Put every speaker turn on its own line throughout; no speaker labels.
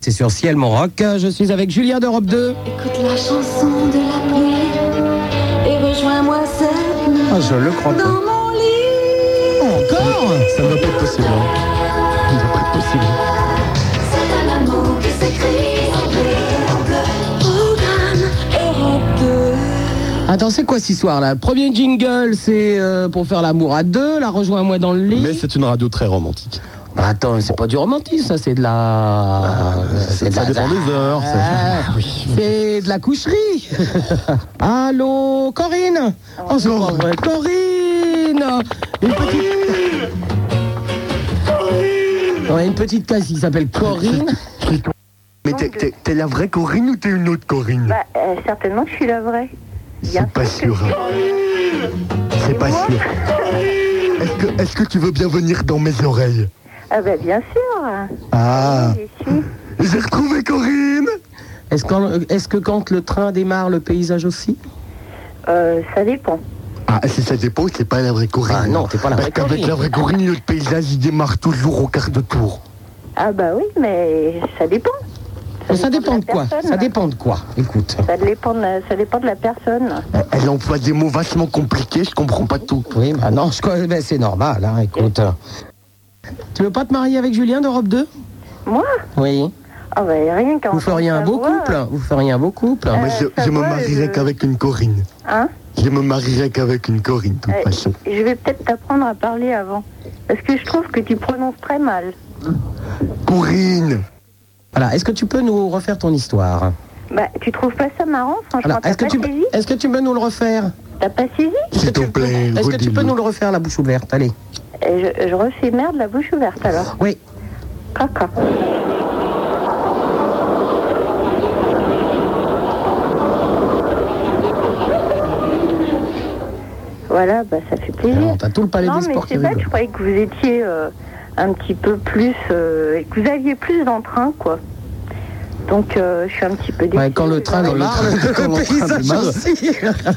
C'est sur Ciel mon rock. Je suis avec Julien d'Europe 2.
Écoute la chanson de la pluie et rejoins-moi cette nuit
Ah, je le crois pas.
dans mon lit.
Encore
Ça ne doit pas être possible. hein. Ça ne doit pas être possible.
C'est un amour qui s'écrit en bleu, en bleu. Programme Europe 2.
Attends, c'est quoi ce soir là Premier jingle, c'est euh, pour faire l'amour à deux. La rejoins-moi dans le lit.
Mais c'est une radio très romantique.
Bah, attends, c'est pas du romantisme, ça, c'est de la.
Euh,
c'est de
ça
la-
dépend des heures. ça-
Ah, C'est de la coucherie. Allô, Corinne Oh, c'est pas vrai. Corinne Une petite... Ouais, une petite case qui s'appelle Corinne.
Mais t'es- t'es t'es la vraie Corinne ou t'es une autre Corinne
Bah, euh, certainement que je suis la vraie. bien
C'est pas sûr. C'est pas
Moi
sûr. Est-ce que, est-ce que tu veux bien venir dans mes oreilles
Ah bah, bien sûr.
Ah
Oui, si.
J'ai retrouvé Corinne
Est-ce qu'en- est-ce que quand le train démarre, le paysage aussi
Euh, ça dépend.
Ah, si ça dépend, c'est pas la vraie Corinne.
Ah non, t'es pas la vraie
Parce qu'avec
Corinne.
la vraie Corinne, le paysage, il démarre toujours au quart de tour.
Ah bah oui, mais ça dépend.
Mais ça dépend de quoi
la personne.
Ça dépend de quoi Écoute.
Ça dépend de la, ça dépend de la personne.
Elle- Elle emploie des mots vachement compliqués, je comprends pas tout.
Oui, bah non, je connais- mais c'est normal, hein, écoute. Tu veux pas te marier avec Julien d'Europe 2
Moi
Oui.
Ah bah rien qu'en
Vous feriez un
sa
beau
voix,
couple Vous feriez un beau couple
Ah, Mais je,
ça
je me
va,
marierai
je-
qu'avec une Corinne.
Hein
Je me marierai qu'avec une Corinne, de toute
Ouais.
façon.
Je vais peut-être t'apprendre à parler avant. Parce que je trouve que tu prononces très mal.
Corinne
Voilà, est-ce que tu peux nous refaire ton histoire
Bah, tu trouves pas ça marrant, franchement
Alors,
T'as
est-ce que,
pas
tu,
saisi
est-ce que tu peux nous le refaire
T'as pas saisi
Est-ce que
S'il te
tu peux-
plaît,
Est-ce que tu peux
redis-le.
nous le refaire la bouche ouverte Allez.
Et je, je refais merde la bouche ouverte alors.
Oui.
Caca. Voilà, bah ça fait plaisir.
Alors, t'as tout le palais
non,
des
mais
sports qui
c'est pas, je
rigole.
croyais que vous étiez euh, un petit peu plus. euh, et que vous aviez plus d'entrain, quoi. Donc, euh, je suis un petit peu déçue.
Ouais, quand le train
J'aurais-
démarre,
quand
le
le train
paysage
démarre.
aussi.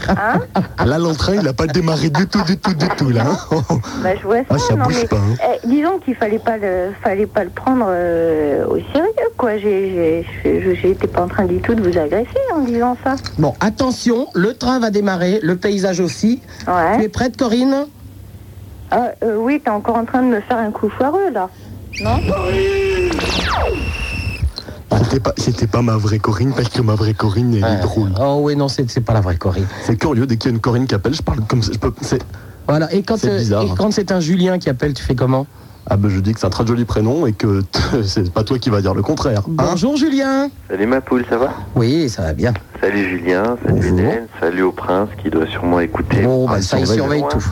Hein
Là, l'entrain, il a pas démarré du tout, du tout, du tout, là. hein.
Bah, je vois ça.
Ah, ça
non,
bouge
mais,
pas, hein.
eh, disons qu'il fallait pas le, fallait pas le prendre euh, au sérieux, quoi. J'ai- j'ai- je- J'étais pas en train du tout de vous agresser en disant ça.
Bon, attention, le train va démarrer, le paysage aussi. Tu
Ouais.
es prête, Corinne
Ah, euh, oui, t'es encore en train de me faire un coup foireux, là. Non
C'était pas, c'était pas ma vraie Corinne parce que ma vraie Corinne elle est drôle.
Oh oui, non, c'est c'est pas la vraie Corinne.
C'est curieux, dès qu'il y a une Corinne qui appelle, je parle comme ça. Je peux, c'est-
Voilà, et quand
C'est
euh,
bizarre.
hein.
et quand c'est un Julien qui appelle, tu fais comment
ah ben je dis que c'est un très joli prénom et que t- c'est pas toi qui vas dire le contraire. Hein
Bonjour Julien
Salut ma poule, ça va
Oui, ça va bien.
Salut Julien, salut
Bonjour.
Hélène, salut au prince qui doit sûrement écouter.
Bon, bah,
il
ça, il surveille
surveille
loin.
tout.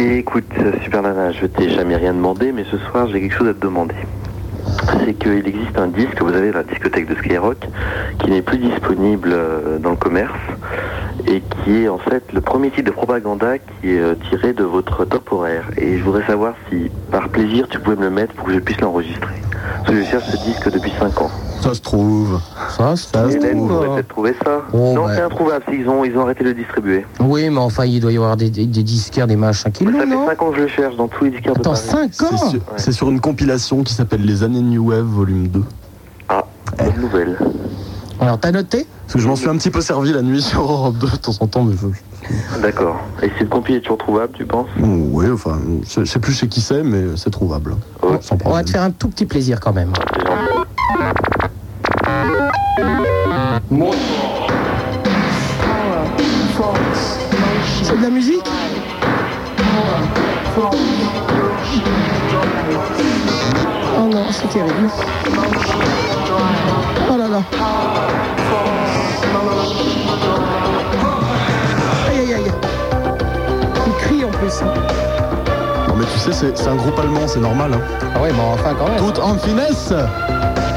Et écoute, euh, Super Nana, je t'ai jamais rien demandé, mais ce soir j'ai quelque chose à te demander. C'est qu'il existe un disque, vous avez la discothèque de Skyrock, qui n'est plus disponible euh, dans le commerce, et qui est en fait le premier titre de propaganda qui est euh, tiré de votre top horaire. Et je voudrais savoir si, par plaisir, tu pouvais me le mettre pour que je puisse l'enregistrer. Parce que je cherche ce disque depuis 5 ans.
Ça se trouve.
Ça, ça se
Hélène,
trouve,
tu pourrais
hein.
peut-être trouver ça.
Oh,
non,
bah.
c'est introuvable, ils ont, ils ont arrêté de le distribuer.
Oui, mais enfin, il doit y avoir des, des, des disquaires, des machins qui
Mais
l'ont,
ça fait
non
5 ans que je le cherche dans tous les disquaires de
Attends,
Paris.
5
C'est
ans
sur, c'est sur une compilation qui s'appelle Les années New Wave volume 2.
Ah, bonne nouvelle.
Alors, t'as noté
Parce que je m'en suis un petit peu servi la nuit sur Europe 2 de temps en temps, mais je...
D'accord. Et cette compil est toujours trouvable, tu penses
Oui, enfin, je je sais plus chez qui c'est, mais c'est trouvable.
Oh,
Sans
On va
problème.
te faire un tout petit plaisir quand même.
c'est gentil.
C'est de la musique Oh non, c'est terrible. Oh là là. Aïe aïe aïe. Il crie en plus. hein.
Non mais tu sais, c'est c'est un groupe allemand, c'est normal. Hein.
Ah ouais, bon enfin quand même.
Tout en finesse Ah,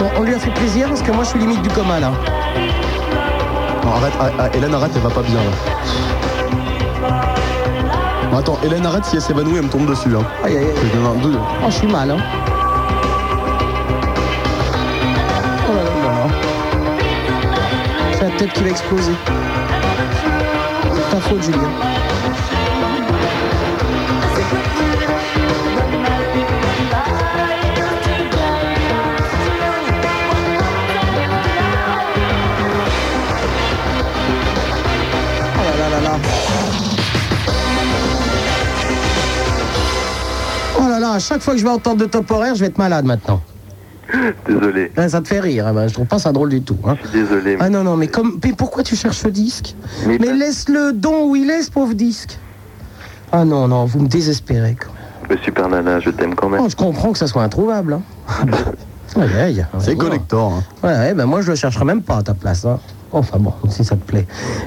Bon, on lui a fait plaisir parce que moi je suis limite du coma là.
Non, arrête, ah, ah, Hélène, arrête, elle va pas bien là. Bon, attends, Hélène, arrête, si elle s'évanouit, elle me tombe dessus. Hein.
Aïe aïe aïe.
Je vais donner un deux.
Oh, je suis mal, hein. Oh là là là là. tête qui va exploser. C'est ta faute, Julien. Oh là là là là. Oh là là, à chaque fois que je vais entendre de top horaire, je vais être malade maintenant.
Désolé,
Là, ça te fait rire, eh ben, je trouve pas ça drôle du tout. hein.
je suis désolé.
Ah non, non, mais, comme... mais pourquoi tu cherches ce disque
mais
Mais laisse-le don où il est, ce pauvre disque. Ah non, non, vous me désespérez. Quand même.
mais super nana, je t'aime quand même.
Oh, je comprends que ça soit introuvable. Hein. Aïe, aïe,
C'est
aïe,
collector. hein.
Ouais, ouais, ben moi je le chercherai même pas à ta place. hein. Enfin bon, si ça te plaît.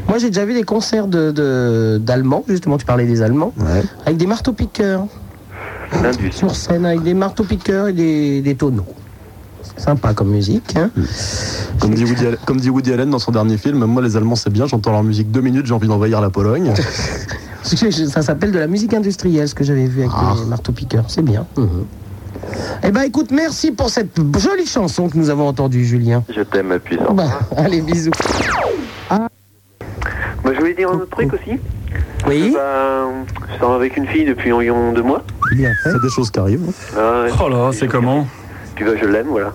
Moi j'ai déjà vu des concerts de- de d'allemands, justement tu parlais des allemands,
Ouais.
avec des marteaux piqueurs
L'industrie.
sur scène, avec des marteaux piqueurs et des, des tonneaux. C'est Sympa comme musique. hein.
Comme dit, Woody Allen, comme dit Woody Allen dans son dernier film, moi les Allemands c'est bien, j'entends leur musique deux minutes, j'ai envie d'envahir la Pologne.
Parce que je- Ça s'appelle de la musique industrielle, ce que j'avais vu avec
Ah. Mhm.
les marteaux piqueurs. C'est bien. Eh ben écoute, merci pour cette jolie chanson que nous avons entendue, Julien.
Je t'aime, ma puissance.
Bah,
Ah.
allez, bisous.
Ah. Bah, je voulais dire un autre truc aussi.
Oui,
Bah, je sors avec une fille depuis environ deux mois.
bien fait.
C'est des choses qui arrivent.
Ah, ouais.
Oh là, c'est comment
Puis bah, je l'aime, voilà.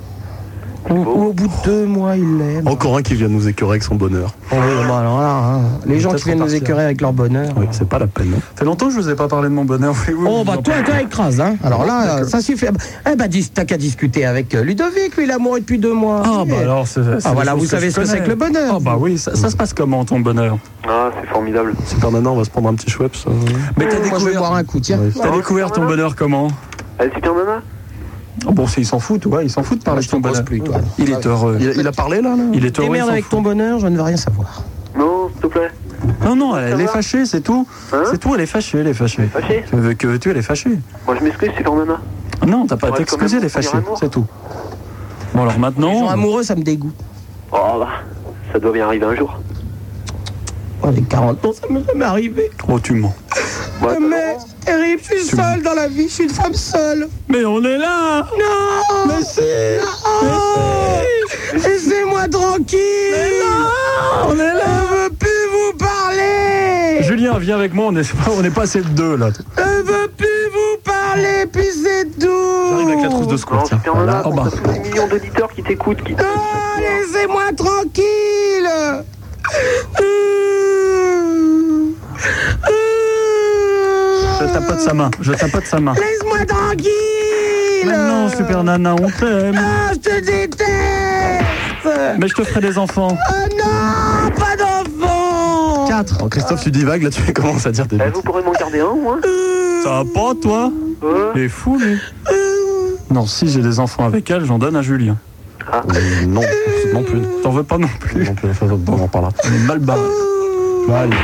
Au, au bout de deux mois, il l'aime.
Encore un qui vient nous écœurer avec son bonheur.
Oh oui, bon, alors là, hein, les gens qui
Peut-être
viennent nous
repartir.
écœurer avec leur bonheur.
Oui, c'est hein. pas la peine. hein.
Fait longtemps que je vous ai pas parlé de mon bonheur. Oui, oui,
Oh
vous en
bah toi,
parlez.
toi écrase, hein. Alors là, euh, ça suffit. Eh bah dis, t'as qu'à discuter avec euh, Ludovic, lui, il a amoureux depuis deux mois.
Ah
Eh.
bah alors, c'est. c'est des
voilà,
choses
vous savez
je
ce que c'est
connais.
que le bonheur.
Ah bah oui, ça, ça se passe comment ton bonheur
Ah, c'est formidable.
Super Nana, on va se prendre un petit Schweppes. euh.
Mais t'as
Moi, je vais
découvert,
boire un coup, tiens.
Ouais.
t'as découvert ton bonheur comment
Elle est Oh, super nana
Oh, Bon, c'est- ils s'en foutent, ouais, ils s'en foutent de parler
Moi, je
de ton
t'embrasse
bonheur.
plus, toi.
Il est heureux.
Il, a- il a parlé là, là
Il est heureux. il
T'emmerdes
s'en
avec
fout.
ton bonheur, je ne veux rien savoir.
Non, s'il te plaît.
Non, non, elle, elle est fâchée, c'est tout.
Hein
c'est tout, elle est fâchée, elle est fâchée.
Fâché
Que veux- Que
euh,
veux-tu, elle est fâchée.
Moi, je m'excuse, super nana.
Non, t'as pas à
Ouais,
t'excuser,
quand même,
elle est fâchée,
premier amour.
c'est tout. Bon, alors
Les gens
maintenant.
amoureux, ça me dégoûte.
Oh, bah, ça doit bien arriver un jour.
Moi, Avec 40 ans, ça m'est jamais arrivé.
Oh, tu mens. Bah,
Ouais,
Mais c'est terrible, je suis seule dans la vie, je suis une femme seule.
Mais on est là
Non Mais c'est... Laissez-moi tranquille On est là Je veux plus vous parler
Julien, viens avec moi, on est, on est passé de deux là.
Je veux plus vous parler, puis c'est
J'arrive avec la
tout
trousse de
Non,
secours. tiens.
super nana,
Oh, bah.
t'as tous les millions d'auditeurs qui t'écoutent, qui
Non, laissez-moi tranquille Hum. Hum.
Je tapote sa main, je tapote sa main.
Laisse-moi tranquille
Mais non, super nana, on t'aime.
Ah, je te déteste
Mais je te ferai des enfants.
Oh non, pas d'enfant
4. Christophe, tu divagues là, tu commences à dire des
Ah. Eh, vous pourrez m'en garder un au moins
Ça va pas, toi
Ouais.
Il est fou, lui. Non, si j'ai des enfants avec elle, j'en donne à Julien.
Euh, Non, non plus.
T'en veux pas non plus.
Non plus, enfin, bon, on en parlera.
Elle est mal barrée.
Bah, allez.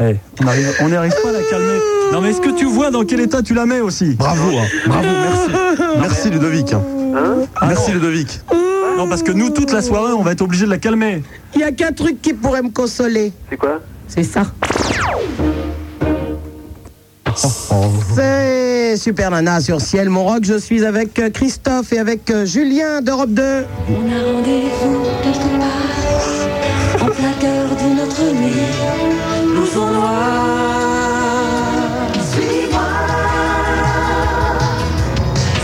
Eh, on arrive, on n'arrive pas à la calmer. Non, mais est-ce que tu vois dans quel état tu la mets aussi
Bravo, hein. bravo, merci. Merci Ludovic. hein.
Hein
Merci Ludovic.
Non, parce que nous, toute la soirée, on va être obligé de la calmer.
Il y a qu'un truc qui pourrait me consoler.
C'est quoi
C'est ça. C'est Super Nana sur Ciel, mon rock. Je suis avec euh, Christophe et avec euh, Julien d'Europe 2.
On a rendez-vous quelque part, en plein cœur d'une autre nuit. Blouson noir, suis-moi.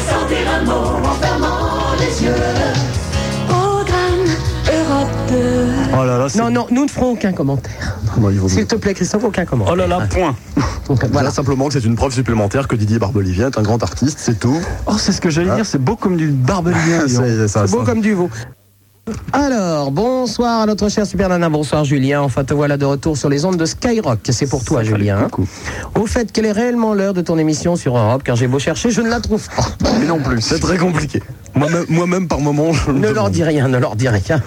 Sortez un mot en fermant les yeux. Programme Europe 2.
Oh là là, c'est-
Non, non, nous ne ferons aucun commentaire.
Non, Ah bah, il vaut mieux.
S'il te plaît, Christophe, aucun
Oh
commentaire.
là là, point.
Voilà.
Voilà simplement que c'est une preuve supplémentaire que Didier Barbelivien est un grand artiste, c'est tout.
Oh, c'est ce que j'allais dire, c'est beau comme du
Ah. C'est
barbelien. dis donc.
ça,
C'est beau
ça.
comme du veau. Alors, bonsoir à notre cher Super Nana, bonsoir Julien. Enfin, te voilà de retour sur les ondes de Skyrock. C'est pour toi,
Sacré
Julien. hein.
coucou.
Au fait, quelle est réellement l'heure de ton émission sur Europe Car j'ai beau chercher, je ne la trouve pas.
Mais non plus, c'est très compliqué. Moi-même, moi-même, par moment, je
Ne leur
demande.
dis rien, ne leur dis rien.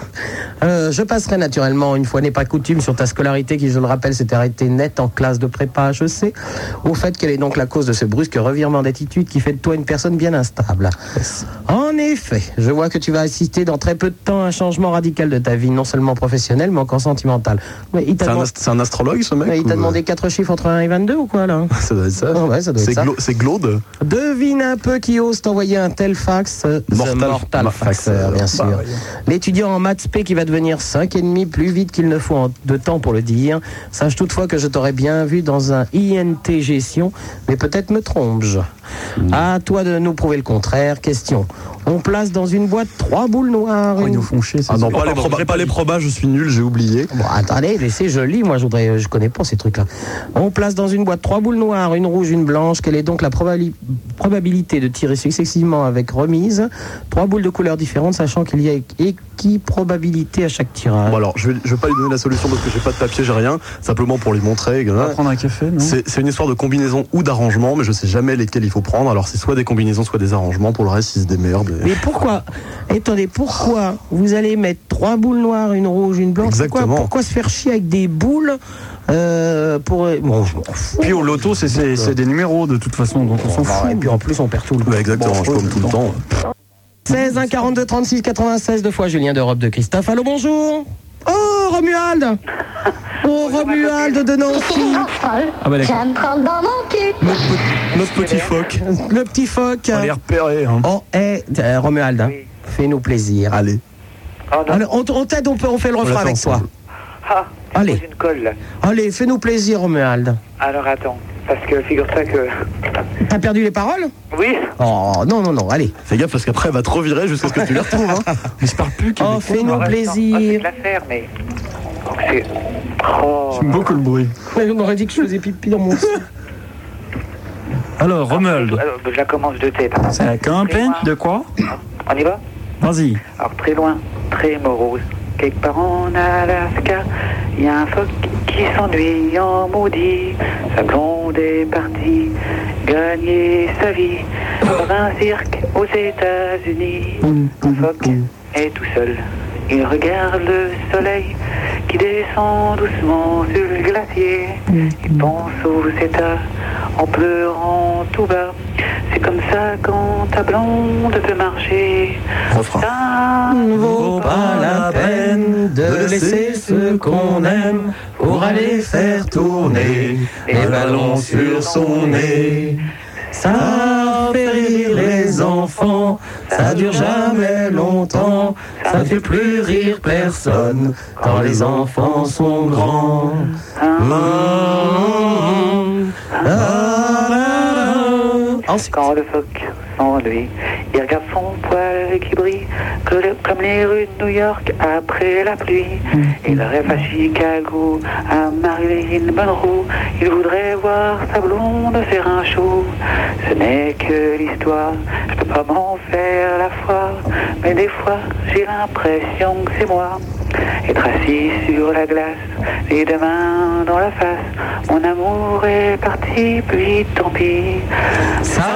Euh, je passerai naturellement, une fois n'est pas coutume, sur ta scolarité qui, je le rappelle, s'est arrêtée nette en classe de prépa HEC. Au fait, quelle est donc la cause de ce brusque revirement d'attitude qui fait de toi une personne bien instable En effet, je vois que tu vas assister dans très peu de temps à un changement radical de ta vie, non seulement professionnelle, mais encore sentimentale. Mais il t'a
C'est un,
demandé-
ast- c'est un astrologue, ce mec
mais il
ou- euh,
t'a demandé quatre chiffres entre 1 et 22 ou quoi là
Ça doit être ça.
Ah ouais, ça doit être
C'est
ça.
Glo- c'est Claude
Devine un peu qui ose t'envoyer un tel fax. euh,
Des Mortal-
Mortal
Ma-
Faxer, bien sûr. L'étudiant en maths P qui va devenir 5,5 plus vite qu'il ne faut en de temps pour le dire. Sache toutefois que je t'aurais bien vu dans un INT gestion, mais peut-être me trompe-je.
Hmm.
À toi de nous prouver le contraire. Question. On place dans une boîte trois boules noires.
Oh,
Une-
Ils nous font chier. ces
Ah non,
autres.
pas les,
Pardon,
probas,
j'ai
pas les
dit.
probas, je suis nul, j'ai oublié.
Bon, attendez, mais c'est joli, moi je voudrais, euh, je connais pas ces trucs-là. On place dans une boîte trois boules noires, une rouge, une blanche. Quelle est donc la probali- probabilité de tirer successivement avec remise trois boules de couleurs différentes, sachant qu'il y a équiprobabilité à chaque tirage
Bon alors, je vais, je vais pas lui donner la solution parce que j'ai pas de papier, j'ai rien. Simplement pour lui montrer.
On va
voilà.
prendre un café, non
C'est c'est une histoire de combinaison ou d'arrangement, mais je sais jamais lesquels il faut prendre. Alors c'est soit des combinaisons, soit des arrangements. Pour le reste, ils se démerdent.
Mais pourquoi Attendez, pourquoi vous allez mettre trois boules noires, une rouge, une blanche Pourquoi-
Exactement.
Pourquoi, se faire chier avec des boules euh, pour bon, je m'en fous.
Puis au loto, c'est- c'est c'est des numéros de toute façon, donc on s'en fout.
bah, Et puis en plus on perd tout le
euh, Ouais, exactement,
Bon,
je comme tout le temps.
16 1 42 36 96 deux fois Julien d'Europe de Christophe. Allô, bonjour. Oh Romuald. Oh Romuald de Nancy.
Ah bah d'accord.
me prendre dans mon cul.
Notre, pe- notre petit phoque.
Le petit phoque.
On va les repérer. Hein.
Oh eh euh, Romuald, hein,
Oui.
fais-nous plaisir.
Allez.
Ah non,
Alors, on t- on t'aide, on, peut- on fait le
l'a
refrain
fait
avec toi.
ensemble.
ah,
Allez.
j'ai une colle là.
Allez, fais-nous plaisir Romuald.
Alors attends, parce que figure-toi que.
T'as perdu les paroles
Oui,
Oh non non non, allez.
Fais gaffe parce qu'après, elle va te revirer jusqu'à ce que tu la retrouves. hein.
Mais je parle plus
Oh
québécois.
fais-nous
attends, ah, c'est de
plaisir.
l'affaire, mais. Donc, c'est- Oh,
J'aime beaucoup le bruit.
Mais on aurait dit que je faisais pipi dans mon.
Alors, Romuald,
Alors, je la commence de tête. hein.
c'est la campagne de quoi
On y va
Vas-y.
Alors très loin, très morose, quelque part en Alaska, il y a un phoque qui s'ennuie en maudit. Sa blonde est partie gagner sa vie dans un cirque aux États-Unis. Le phoque est tout seul. Il regarde le soleil qui descend doucement sur le glacier.
Mm.
Il pense aux états euh, en pleurant tout bas. C'est comme ça quand ta blonde peut marcher.
Refrain.
Ça
ne vaut pas la peine de laisser ce qu'on aime pour aller faire tourner les ballons sur son nez. Ça fait rire les enfants, ça dure jamais longtemps, ça ne fait plus rire personne quand les enfants sont grands. Ah. Ah. Ensuite.
Quand le phoque s'ennuie, il regarde son poil qui brille, que le- comme les rues de New York après la pluie. Il rêve à Chicago, à Marilyn Monroe. Il voudrait voir sa blonde faire un show. Ce n'est que l'histoire, je peux pas m'en faire la foi. Mais des fois, j'ai l'impression que c'est moi. Être assis sur la glace, les deux mains dans la face. Mon amour est parti, puis tant pis.
Ça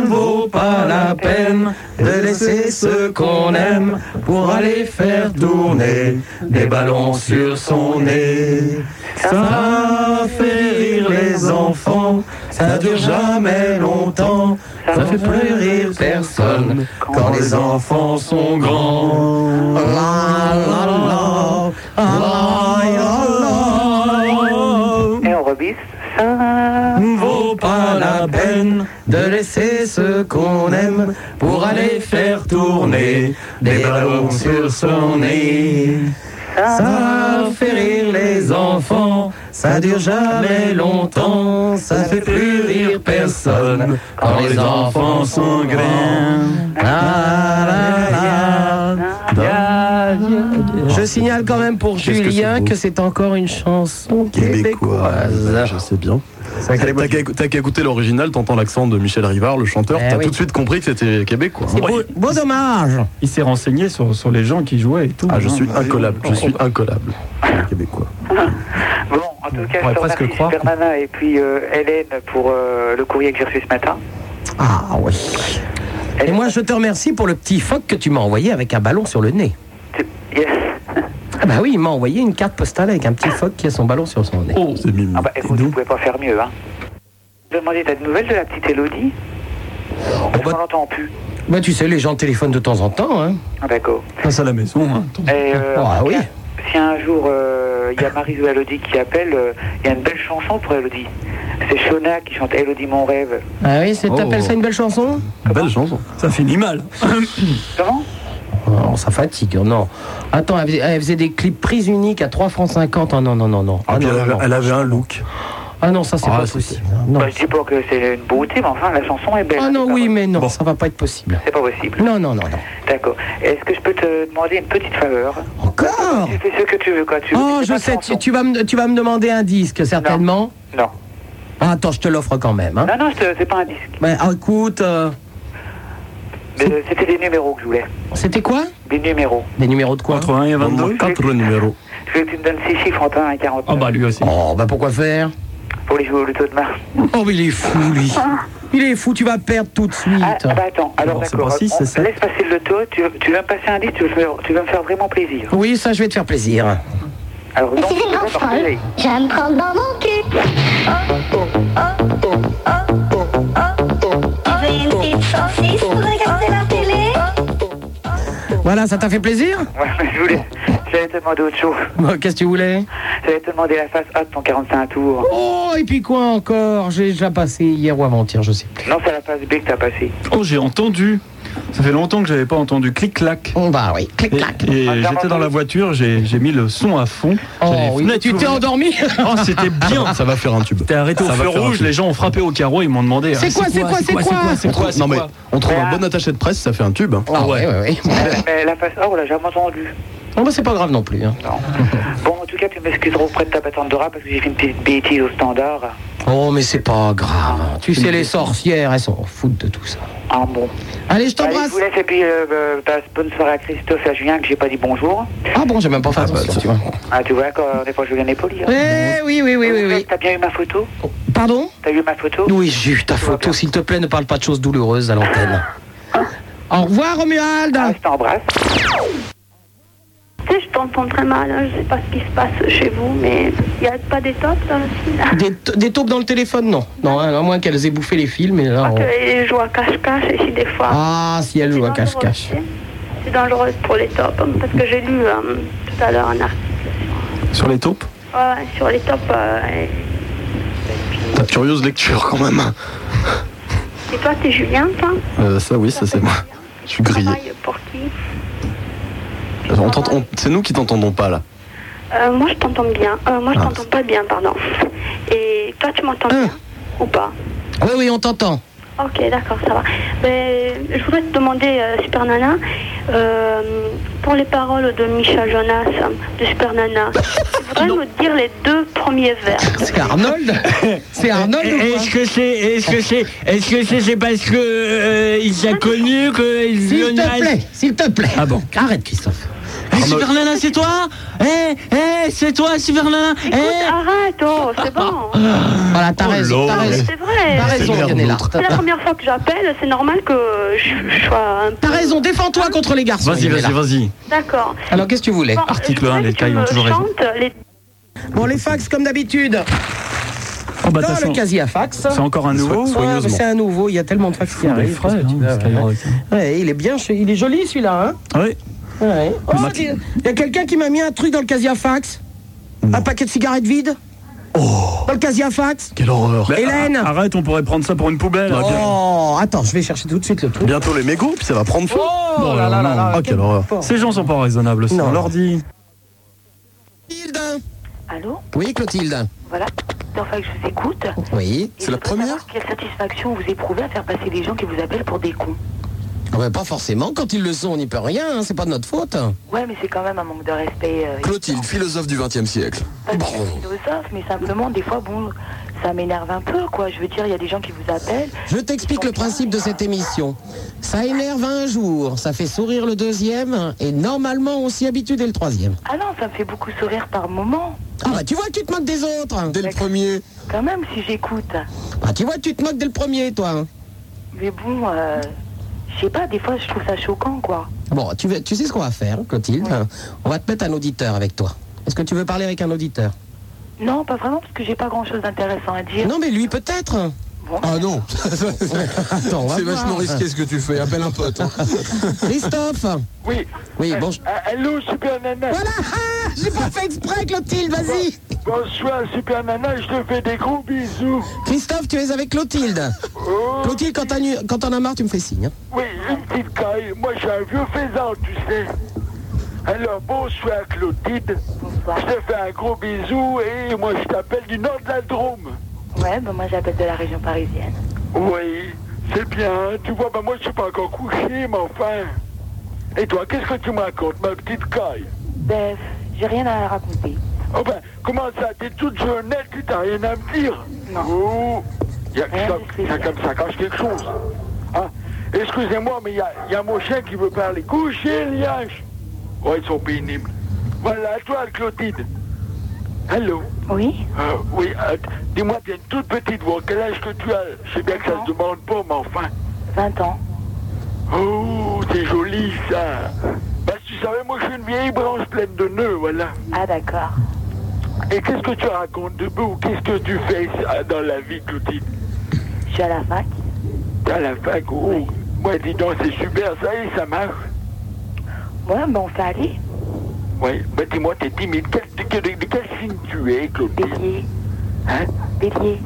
ne vaut pas la peine de laisser ce qu'on aime pour aller faire tourner des ballons sur son nez. Ça fait rire les enfants, ça dure jamais longtemps, ça fait plus rire personne quand les enfants sont grands. La, la, la, la, la, la.
Et on rebisse. Ça,
ne vaut pas la peine de laisser ce qu'on aime pour aller faire tourner des ballons sur son nez. Ça fait rire les enfants, ça dure jamais longtemps, ça fait plus rire personne quand les enfants sont grands. Je signale quand même pour
Qu'est-ce que Julien c'est beau. que
c'est encore une chanson
Québécoise. Je sais bien. T'as t'as qu'à t'as qu'à écouter l'original, t'entends l'accent de Michel Rivard, le chanteur,
Eh
t'as
oui.
tout de suite compris que c'était québécois.
C'est
Ouais.
beau, beau dommage.
Il s'est renseigné sur, sur les gens qui jouaient et tout.
Ah, je
hein.
suis incollable, je suis incollable. Québécois.
bon, en tout cas,
On pourrait
je te
presque
remercie,
croire.
Super Nana, et puis euh, Hélène pour euh, le courrier que j'ai reçu ce matin.
Ah oui. Et moi, je te remercie pour le petit phoque que tu m'as envoyé avec un ballon sur le nez.
Yes.
Ah bah oui, il m'a envoyé une carte postale avec un petit phoque qui a son ballon sur son nez.
Oh, c'est mignon.
Ah bah écoute, vous pouvez pas faire mieux, hein. Demandez ta nouvelle de la petite Elodie. Je
bah-
m'en entends plus.
Bah tu sais, les gens téléphonent de temps en temps. Hein.
Ah, D'accord.
Passe à la maison. hein. Attends.
Et, euh,
Ah
en tout
oui.
cas, Si un jour euh, il y a Marie ou Elodie qui appelle, euh, il y a une belle chanson pour Elodie. C'est Shona qui chante Elodie mon rêve.
Ah oui, c'est-
Oh.
t'appelles ça une belle chanson
Belle chanson.
Ça finit mal.
Comment
Oh, ça fatigue, non. Attends, elle faisait, elle faisait des clips prises uniques à 3 francs 50. Oh non, non, non, non. Ah,
puis
non,
elle, avait,
non.
elle avait un look.
Ah non, ça c'est
Ah,
pas
c'était-
possible. Non.
bah, Je dis pas que c'est une beauté, mais enfin, la chanson est belle.
Ah
hein,
non,
c'est
oui,
pas-
mais non,
Bon.
ça va pas être possible.
C'est pas possible.
Non, non, non, non.
D'accord. Est-ce que je peux te demander une petite faveur
Encore
Tu fais ce que tu veux quand tu veux.
Oh,
C'est
je
pas
sais,
une
tu,
chanson.
tu vas me, tu vas me demander un disque, certainement.
Non.
Ah, attends, je te l'offre quand même. Hein.
Non, non, je te- c'est pas un disque.
Bah, ah, écoute, euh,
Mais, euh, C'était des numéros que je voulais.
c'était quoi
Des numéros.
Des numéros de quoi
Entre 1 et 22.
Quatre numéros.
Je voulais que tu me donnes 6 chiffres entre 1 et 40
Ah bah lui aussi.
Oh, bah pourquoi faire
pour les jouer au loto demain.
Oh, mais il est fou, lui. Il est fou, tu vas perdre tout de suite.
Ah, bah attends, alors
Alors, c'est
d'accord.
pas six,
on-
c'est sept.
Laisse passer le loto, tu, veux- tu veux me passer un disque, tu veux, me faire- tu veux me faire vraiment plaisir.
Oui, ça, je vais te faire plaisir.
Alors
Mais
donc,
c'est des grands
c'est pas
folles.
pareil.
J'aime prendre dans mon cul. Tu veux une petite saucisse pour regarder la télé
Voilà, ça t'a fait plaisir
Ouais, mais je voulais, j'allais te demander autre chose.
Bon, Oh. Bah, Qu'est-ce que tu voulais
J'allais te demander la face A de ton 45 tours.
Oh, et puis quoi encore J'ai déjà passé hier ou avant-hier, je sais plus.
Non, c'est la face B que t'as passée.
Oh, j'ai entendu. Ça fait longtemps que j'avais pas entendu clic-clac.
On va, Oh, bah oui. Clic,
Et,
clac.
et
Ah, j'ai
j'étais dans
entendu.
la voiture, j'ai j'ai mis le son à fond.
Oh,
J'avais les
oui.
fenêtres
Tu t'es
ouvertes.
endormi
Oh, c'était bien.
Ça va faire un tube.
T'es arrêté au
Ça va
feu
faire un
rouge,
truc.
les gens ont frappé au carreau, ils m'ont demandé.
C'est
ah,
quoi, c'est quoi, c'est quoi
C'est quoi, c'est
non mais
quoi
on trouve un bon attaché de presse, ça fait un tube. hein.
Ah
ouais.
ouais, ouais, ouais.
Mais- Euh, Mais la face A, on l'a jamais entendue.
Oh, bah, c'est pas grave non plus. hein.
Non. Bon, en tout cas, tu m'excuseras auprès de ta patente Dora parce que j'ai fait une petite bêtise au standard.
Oh, mais c'est pas grave. hein. Tu sais, les sorcières, elles s'en foutent de tout ça.
Ah bon.
Allez, je
Allez, je
t'embrasse.
vous laisse et puis euh, euh, bah, bonne soirée à Christophe et à Julien que j'ai pas dit bonjour.
Ah bon, j'ai même pas fait attention, tu vois.
Ah, tu vois, quand, des fois Julien est poli. hein.
Eh oui, oui, oui, oui, oui.
T'as bien eu ma photo
Pardon
T'as eu ma photo
Oui, j'ai eu ta photo. S'il te plaît, ne parle pas de choses douloureuses à l'antenne. Au revoir, Romuald.
Ah, je t'embrasse.
Tu sais, je t'entends très mal, hein, je sais pas ce qui se passe chez vous, mais il n'y a pas d'étoffe dans le film.
Des, t- des taupes dans le téléphone, non. Non, hein, à moins qu'elles aient bouffé les films. Et là,
Parce
on-
que je joue à cache-cache et si des fois.
Ah, si elles
c'est
jouent à
dangereux,
cache-cache.
tu sais. C'est dangereux pour les tops, hein, parce que j'ai lu euh, tout à l'heure un article
Sur les taupes
ouais, ouais, sur les tops. euh,
T'as curieuse lecture quand même.
et... et toi, t'es Julien, toi
Euh, ça oui, ça c'est moi. Je suis grillé.
Travaille pour qui
On t'entend- on- C'est nous qui t'entendons pas là.
Euh, Moi, je t'entends bien. Euh, moi, je
Ah.
t'entends pas bien, pardon. Et toi, tu m'entends
Hein.
bien ou pas
Ah Oui, oui, on t'entend.
Ok, d'accord, ça va. Mais je voudrais te demander, euh, Super Nana, euh, pour les paroles de Micha Jonas, de Super Nana, tu voudrais nous dire les deux premiers vers.
C'est Arnold C'est Arnold ou quoi
Est-ce que c'est, est-ce que c'est, est-ce que c'est, c'est parce que euh, il s'est connu que
S'il te
Jonas-
plaît, s'il te plaît. Ah bon Arrête, Christophe.
Eh, Super Nana, c'est toi Eh, eh, c'est toi, Super Nana Eh,
Écoute, arrête, oh, c'est bon.
Voilà, t'as
Oh
raison,
là.
t'as raison.
C'est vrai.
T'as raison,
merde,
Lionel Hart.
C'est la première fois que j'appelle, c'est normal que je, je sois un peu...
T'as raison, défends-toi contre les garçons.
Vas-y,
Lionel
vas-y,
Hart.
vas-y.
D'accord.
Alors, qu'est-ce que tu voulais
Bon,
Article
je voudrais
un, hein,
que
les
tu
tailles ont
me
toujours raison.
chantes les-
Bon, les fax, comme d'habitude.
Oh, bah,
Dans
t'as
le
chan-
casier à fax.
C'est encore un nouveau
Ouais, mais c'est un nouveau, il y a tellement de fax qui
Des
arrivent.
frais,
qu'est-ce que tu veux,
hein,
ouais.
Skyrock.
Ouais, il est bien, ch- il est joli celui-là. Hein
Ouais.
ouais. Oh,
Max-
dis- il y a quelqu'un qui m'a mis un truc dans le casier à fax. Un paquet de cigarettes vides. Dans le casier à fax.
Quelle horreur.
Bah,
Hélène
ar- Arrête, on pourrait prendre ça pour une poubelle.
Oh, attends, je vais chercher tout de suite le truc.
Bientôt les mégots, puis ça va prendre feu.
Oh là là là là.
Ah, quelle horreur.
porc.
Ces gens sont pas raisonnables.
Non.
Non, l'ordi.
Clotilde
Allô
Oui, Clotilde.
Voilà. Enfin, que je vous écoute.
Oui.
Et
C'est la
je veux
première
savoir Quelle satisfaction vous éprouvez à faire passer des gens qui vous appellent pour des cons
Ah bah, pas forcément, quand ils le sont, on n'y peut rien, hein, c'est pas de notre faute.
Ouais, mais c'est quand même un manque de respect. euh,
Clotilde, philosophe du XXe siècle.
pas de philosophe, mais simplement, des fois, bon, ça m'énerve un peu, quoi. Je veux dire, il y a des gens qui vous appellent.
Je t'explique le principe de cette émission. Ça énerve un jour, ça fait sourire le deuxième, et normalement on s'y habitue dès le troisième.
Ah non, ça me fait beaucoup sourire par moment.
Ah bah tu vois, tu te moques des autres hein,
Dès le premier.
Quand même, si j'écoute.
Ah tu vois, tu te moques dès le premier, toi hein.
Mais bon, euh, je sais pas, des fois, je trouve ça choquant, quoi.
Bon, tu, veux- tu sais ce qu'on va faire, Clotilde On va te mettre un auditeur avec toi. Est-ce que tu veux parler avec un auditeur
Non, pas vraiment, parce que j'ai pas grand-chose d'intéressant à dire.
Non mais lui peut-être
Bon,
Ah non,
Attends, on va
c'est
voir.
vachement risqué ce que tu fais. Appelle un pote. hein.
Christophe
Oui.
Oui, bon, je-
Allô, Super Nana
Voilà ah, J'ai pas fait exprès, Clotilde, vas-y
Bonsoir, Super Nana, je te fais des gros bisous.
Christophe, tu es avec Clotilde. Clotilde, quand t'en as- quand t'en as marre, tu me fais signe. hein.
Oui, une petite caille. Moi, j'ai un vieux faisant, tu sais. Alors, bonsoir, Clotilde. Je te fais un gros bisou et moi, je t'appelle du nord de la Drôme.
Ouais,
bah,
ben moi j'appelle de la région parisienne.
Oui, c'est bien. hein. Tu vois, ben moi, je suis pas encore couché, mais enfin. Et toi, qu'est-ce que tu me racontes, ma petite caille
Ben, j'ai rien à raconter.
Oh ben, comment ça T'es toute jeunette, tu t'as rien à me dire Non. Oh, y a, ça, ça, comme ça cache quelque chose. Hein Excusez-moi, mais il y a, y a mon chien qui veut parler. Couchez, liage Ouais, ils sont pénibles. Voilà, à toi, Clotilde. Allô
Oui
Euh, Oui, euh, dis-moi, t'as une toute petite voix. Quel âge que tu as Je sais bien que ça se demande pas, mais enfin.
20 ans.
Oh, c'est joli, ça Bah, tu savais, moi, je suis une vieille branche pleine de nœuds, voilà.
Ah d'accord.
Et qu'est-ce que tu racontes de beau Qu'est-ce que tu fais euh, dans la vie, Clotilde
Je suis à la fac.
T'es à la fac oh. Ouais, dis donc, c'est super, ça y est, ça marche.
Ouais,
bah,
ben on fait aller.
Ouais, bah dis-moi, t'es timide. Quel, de, de- de quel signe tu es, Clotilde Bélier. Hein Oh,
Bélier.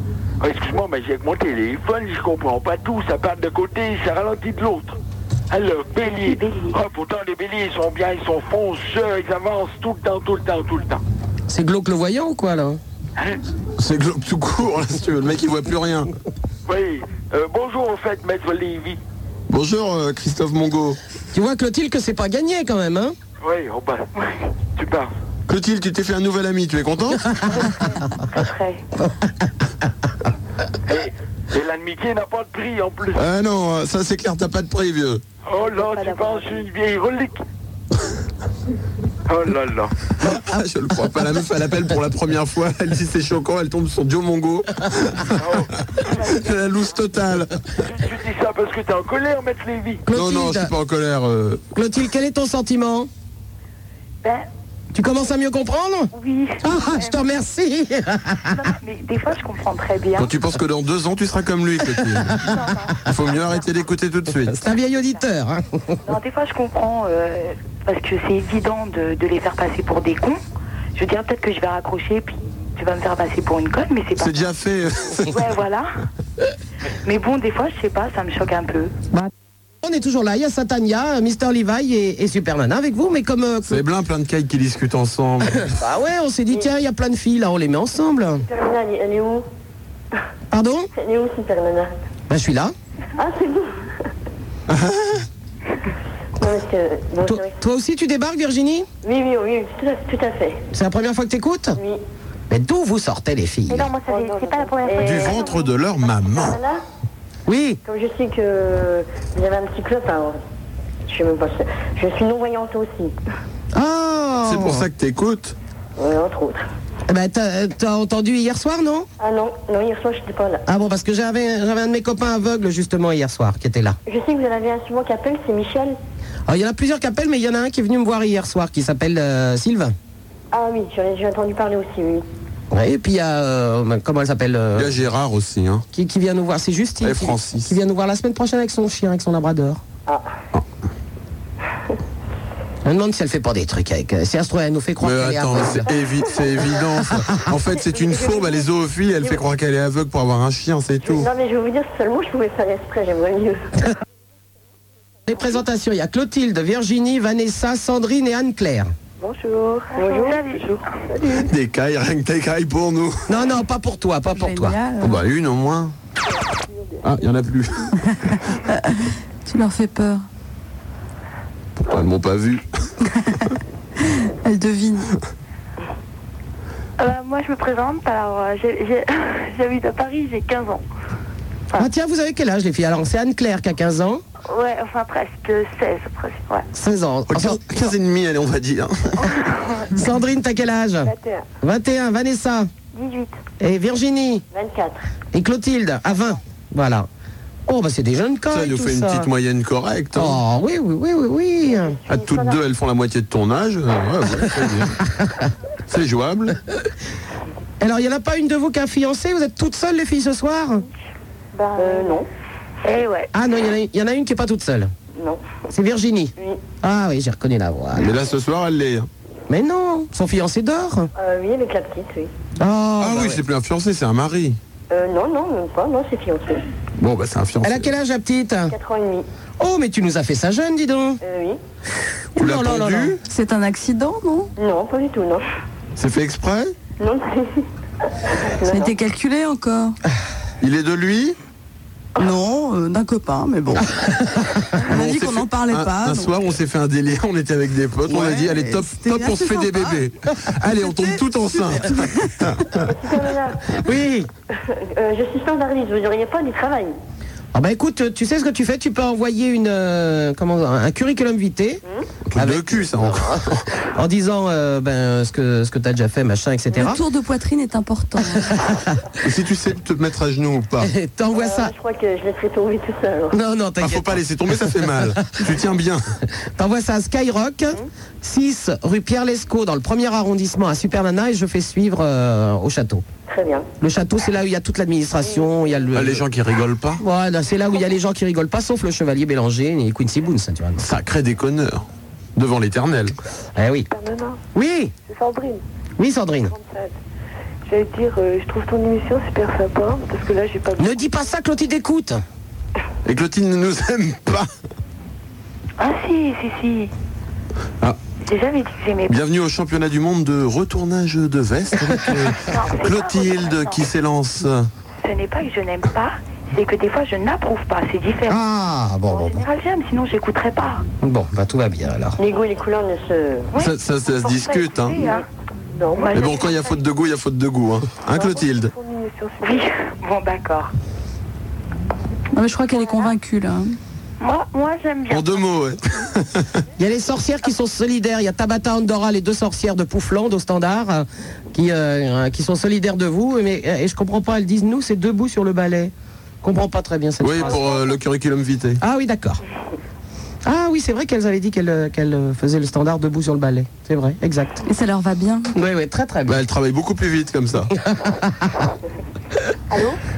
Excuse-moi, mais j'ai avec mon téléphone, je comprends pas tout. Ça part d'un côté, ça ralentit de l'autre. Alors, bélier. Oh, pourtant, les béliers, ils sont bien, ils sont fonceurs, ils avancent tout le temps, tout le temps, tout le temps. Hein?
C'est glauque le voyant ou quoi là hein?
C'est globe tout court, là, si tu veux. Le mec, il voit plus rien.
Oui. Euh, bonjour, en fait, maître Lévy.
Bonjour, euh, Christophe Mongo.
Tu vois Clotilde que c'est pas gagné quand même, hein
Oui, on passe. Tu pars.
Clotilde, tu t'es fait un nouvel ami, tu es content
Et l'amitié n'a pas de prix, en plus.
Ah non, euh, ça c'est clair, t'as pas de prix, vieux.
Oh là, tu penses une vieille relique. oh là là.
Ah, Je le crois pas, la meuf, elle appelle pour la première fois, elle dit c'est choquant, elle tombe sur Joe Mongo. C'est la loose totale.
Tu dis ça parce que t'es en colère, maître Lévy.
Non, non, je suis pas en colère. euh.
Clotilde, quel est ton sentiment
Ben.
Tu commences à mieux comprendre
Oui.
Ah, je te remercie
Mais des fois je comprends très bien.
Quand tu penses que dans deux ans, tu seras comme lui, Clotilde. Il faut mieux arrêter d'écouter tout de suite.
C'est un vieil auditeur. hein.
Non, des fois je comprends euh, parce que c'est évident de, de les faire passer pour des cons. Je veux dire peut-être que je vais raccrocher puis tu vas me faire passer pour une conne, mais c'est pas.
C'est déjà fait.
Ouais, voilà. Mais bon, des fois je sais pas, ça me choque un peu.
On est toujours là, il y a Satania, euh, Mister Levi et, et Super Nana avec vous, mais comme... euh,
C'est plein, plein de cailles qui discutent ensemble.
bah ouais, on s'est dit, tiens, il y a plein de filles, là, on les met ensemble.
Supermana, elle, est- elle est où
Pardon
Elle est où, Supermana
Bah je suis là.
Ah, c'est vous Non, parce que- bon, c'est
Toi,
vrai.
toi aussi, tu débarques, Virginie
Oui, oui, oui, tout à, tout à fait.
C'est la première fois que t'écoutes
Oui.
Mais d'où vous sortez, les filles
non, moi, c'est pas la première fois.
Du ventre de leur maman.
Oui.
Comme je sais que vous avez un petit club, alors, je suis même pas sûre. Je suis non-voyante aussi.
Ah
C'est pour ça que t'écoutes
Oui,
Euh,
entre autres.
Bah t'as t'as entendu hier soir, non
Ah non, non, hier soir, je n'étais pas là.
Ah bon, parce que j'avais j'avais un de mes copains aveugle, justement, hier soir, qui était là.
Je sais que vous en avez un souvent qui appelle, c'est Michel.
Alors, il y en a plusieurs qui appellent, mais il y en a un qui est venu me voir hier soir, qui s'appelle euh, Sylvain.
Ah oui, j'en ai- j'ai entendu parler aussi, oui.
Ouais, et puis il y a... euh, comment elle s'appelle euh,
Il y a Gérard aussi, hein.
qui, qui vient nous voir, c'est Justine.
Et
qui-
Eh,
Ah,
Francis.
Qui vient nous voir la semaine prochaine avec son chien, avec son labrador. Je me demande si elle fait pas des trucs avec. euh, Si elle se trouve, elle nous fait croire
Mais
qu'elle est
attends, mais
aveugle.
c'est évi- c'est évident. ça. En fait, c'est une fourbe, elle est zoophilie, elle fait croire qu'elle est aveugle pour avoir un chien, c'est
Je-
tout.
non, mais je vais vous dire, seulement je pouvais faire exprès, j'aimerais mieux.
Les présentations, il y a Clotilde, Virginie, Vanessa, Sandrine et Anne-Claire.
Bonjour. Bonjour. Bonjour.
Des cailles, rien que des cailles pour nous.
Non, non, pas pour toi, pas pour toi.
Oh, bah, une au moins. Ah, il y en a plus.
Tu leur fais peur.
Pourquoi elles m'ont pas vu
Elles devinent.
Euh, moi, je me présente. Alors, euh, j'ai- j'ai- j'habite à Paris, j'ai 15 ans.
Ah tiens, vous avez quel âge les filles Alors c'est Anne-Claire qui a 15 ans,
Ouais, enfin presque 16, presque. Ouais.
16 ans. Enfin,
15 et demi, allez, on va dire.
Sandrine, t'as quel âge
21.
21, Vanessa
18.
et Virginie
24.
et Clotilde à 20. Voilà. Oh bah c'est des jeunes corps.
Ça, elle nous fait une petite moyenne correcte. hein.
Oh oui, oui, oui, oui, oui.
À toutes deux, elles font la moitié de ton âge. Euh, ouais, ouais, très bien. c'est jouable.
Alors il n'y en a pas une de vous qui a un fiancé Vous êtes toutes seules les filles ce soir
Euh, non. Eh ouais.
Ah non, il y en a- il y, en a une qui n'est pas toute seule.
Non.
C'est Virginie.
Oui.
Ah oui, j'ai reconnu la voix.
Mais là, ce soir, elle l'est.
Mais non, son fiancé dort.
Euh, oui, avec la petite, oui.
ah oui, c'est plus un fiancé, c'est un mari.
Euh, non, non, même pas. Non, c'est fiancé.
Bon, bah c'est un fiancé.
Elle a quel âge la petite
4 ans et demi. Euh,
Oh, mais tu nous as fait ça jeune, dis donc.
oui.
Tu l'as pendu
C'est un accident, non
Non, pas du tout, non.
C'est fait exprès
Non,
Ça a été calculé encore
Il est de lui
Non, euh, d'un copain, mais bon. On a dit
s'est
qu'on n'en
fait-
parlait
un-
pas.
Un
donc, euh.
soir, on s'est fait un délire, on était avec des potes, on a
Ouais,
dit, allez, top,
c'était
top, on se
assez
fait des
sympa.
bébés. allez, on tombe tout enceinte.
Oui.
Euh, je suis standardiste, vous n'auriez pas du travail.
Ah bah écoute, tu sais ce que tu fais Tu peux envoyer une euh, comment un curriculum vitae
Hum
Truc de cul, ça encore.
en disant euh, ben, ce que ce que t'as déjà fait, machin, etc.
Le tour de poitrine est important.
Et si tu sais te mettre à genoux ou pas.
T'envoies
Euh,
ça.
Je crois que je laisserai tomber tout seul.
Non, non,
Ah,
t'inquiète.
faut pas laisser tomber, ça fait mal. tu tiens bien.
T'envoies ça à Skyrock, 6 rue Pierre Lescaut, dans le premier arrondissement à Supernana, et je fais suivre euh, au château.
Très bien.
Le château, c'est là où il y a toute l'administration, il y a le.
Ah, les gens qui rigolent pas,
Voilà, c'est là où il y a les gens qui rigolent pas, sauf le chevalier Bélanger et Quincy Boone, ça, tu vois.
sacré déconneur. Devant l'éternel.
Eh oui.
Ah,
Maman,
Oui,
c'est Sandrine.
oui, Sandrine.
J'allais te dire, euh, je trouve ton émission super sympa, parce que là, j'ai pas...
Ne dis pas ça, Clotilde écoute.
Et Clotilde ne nous aime pas.
Ah si, si, si.
Ah.
J'ai jamais dit que j'aimais
Bienvenue au championnat du monde de retournage de veste avec euh, Clotilde qui s'élance.
Ce n'est pas que je n'aime pas, c'est que des fois je n'approuve pas, c'est différent.
Ah, bon, bon,
En général, j'aime, sinon j'écouterai pas.
bon. Bon, bah tout va bien alors.
Les goûts et les couleurs ne se.
Ça, ça, ça se discute, hein.
Non, moi,
Mais bon, quand il y a faute de goût, il y a faute de goût, hein. Hein, Clotilde
Oui, bon d'accord.
Non, Ah, mais je crois qu'elle est convaincue, là.
Moi, moi j'aime bien.
En deux mots, ouais.
Il y a les sorcières qui sont solidaires. Il y a Tabata Andorra, les deux sorcières de Poufland au standard, euh, qui, euh, euh, qui sont solidaires de vous. Mais, euh, et je comprends pas, elles disent nous, c'est debout sur le balai. Je comprends pas très bien cette
Oui,
phrase.
pour euh, le curriculum vitae.
Ah oui, d'accord. Ah oui, c'est vrai qu'elles avaient dit qu'elles euh, qu'elles, euh, faisaient le standard debout sur le balai. C'est vrai, exact.
Et ça leur va bien.
Oui, oui, très très
Bah,
bien.
elle travaille beaucoup plus vite comme ça.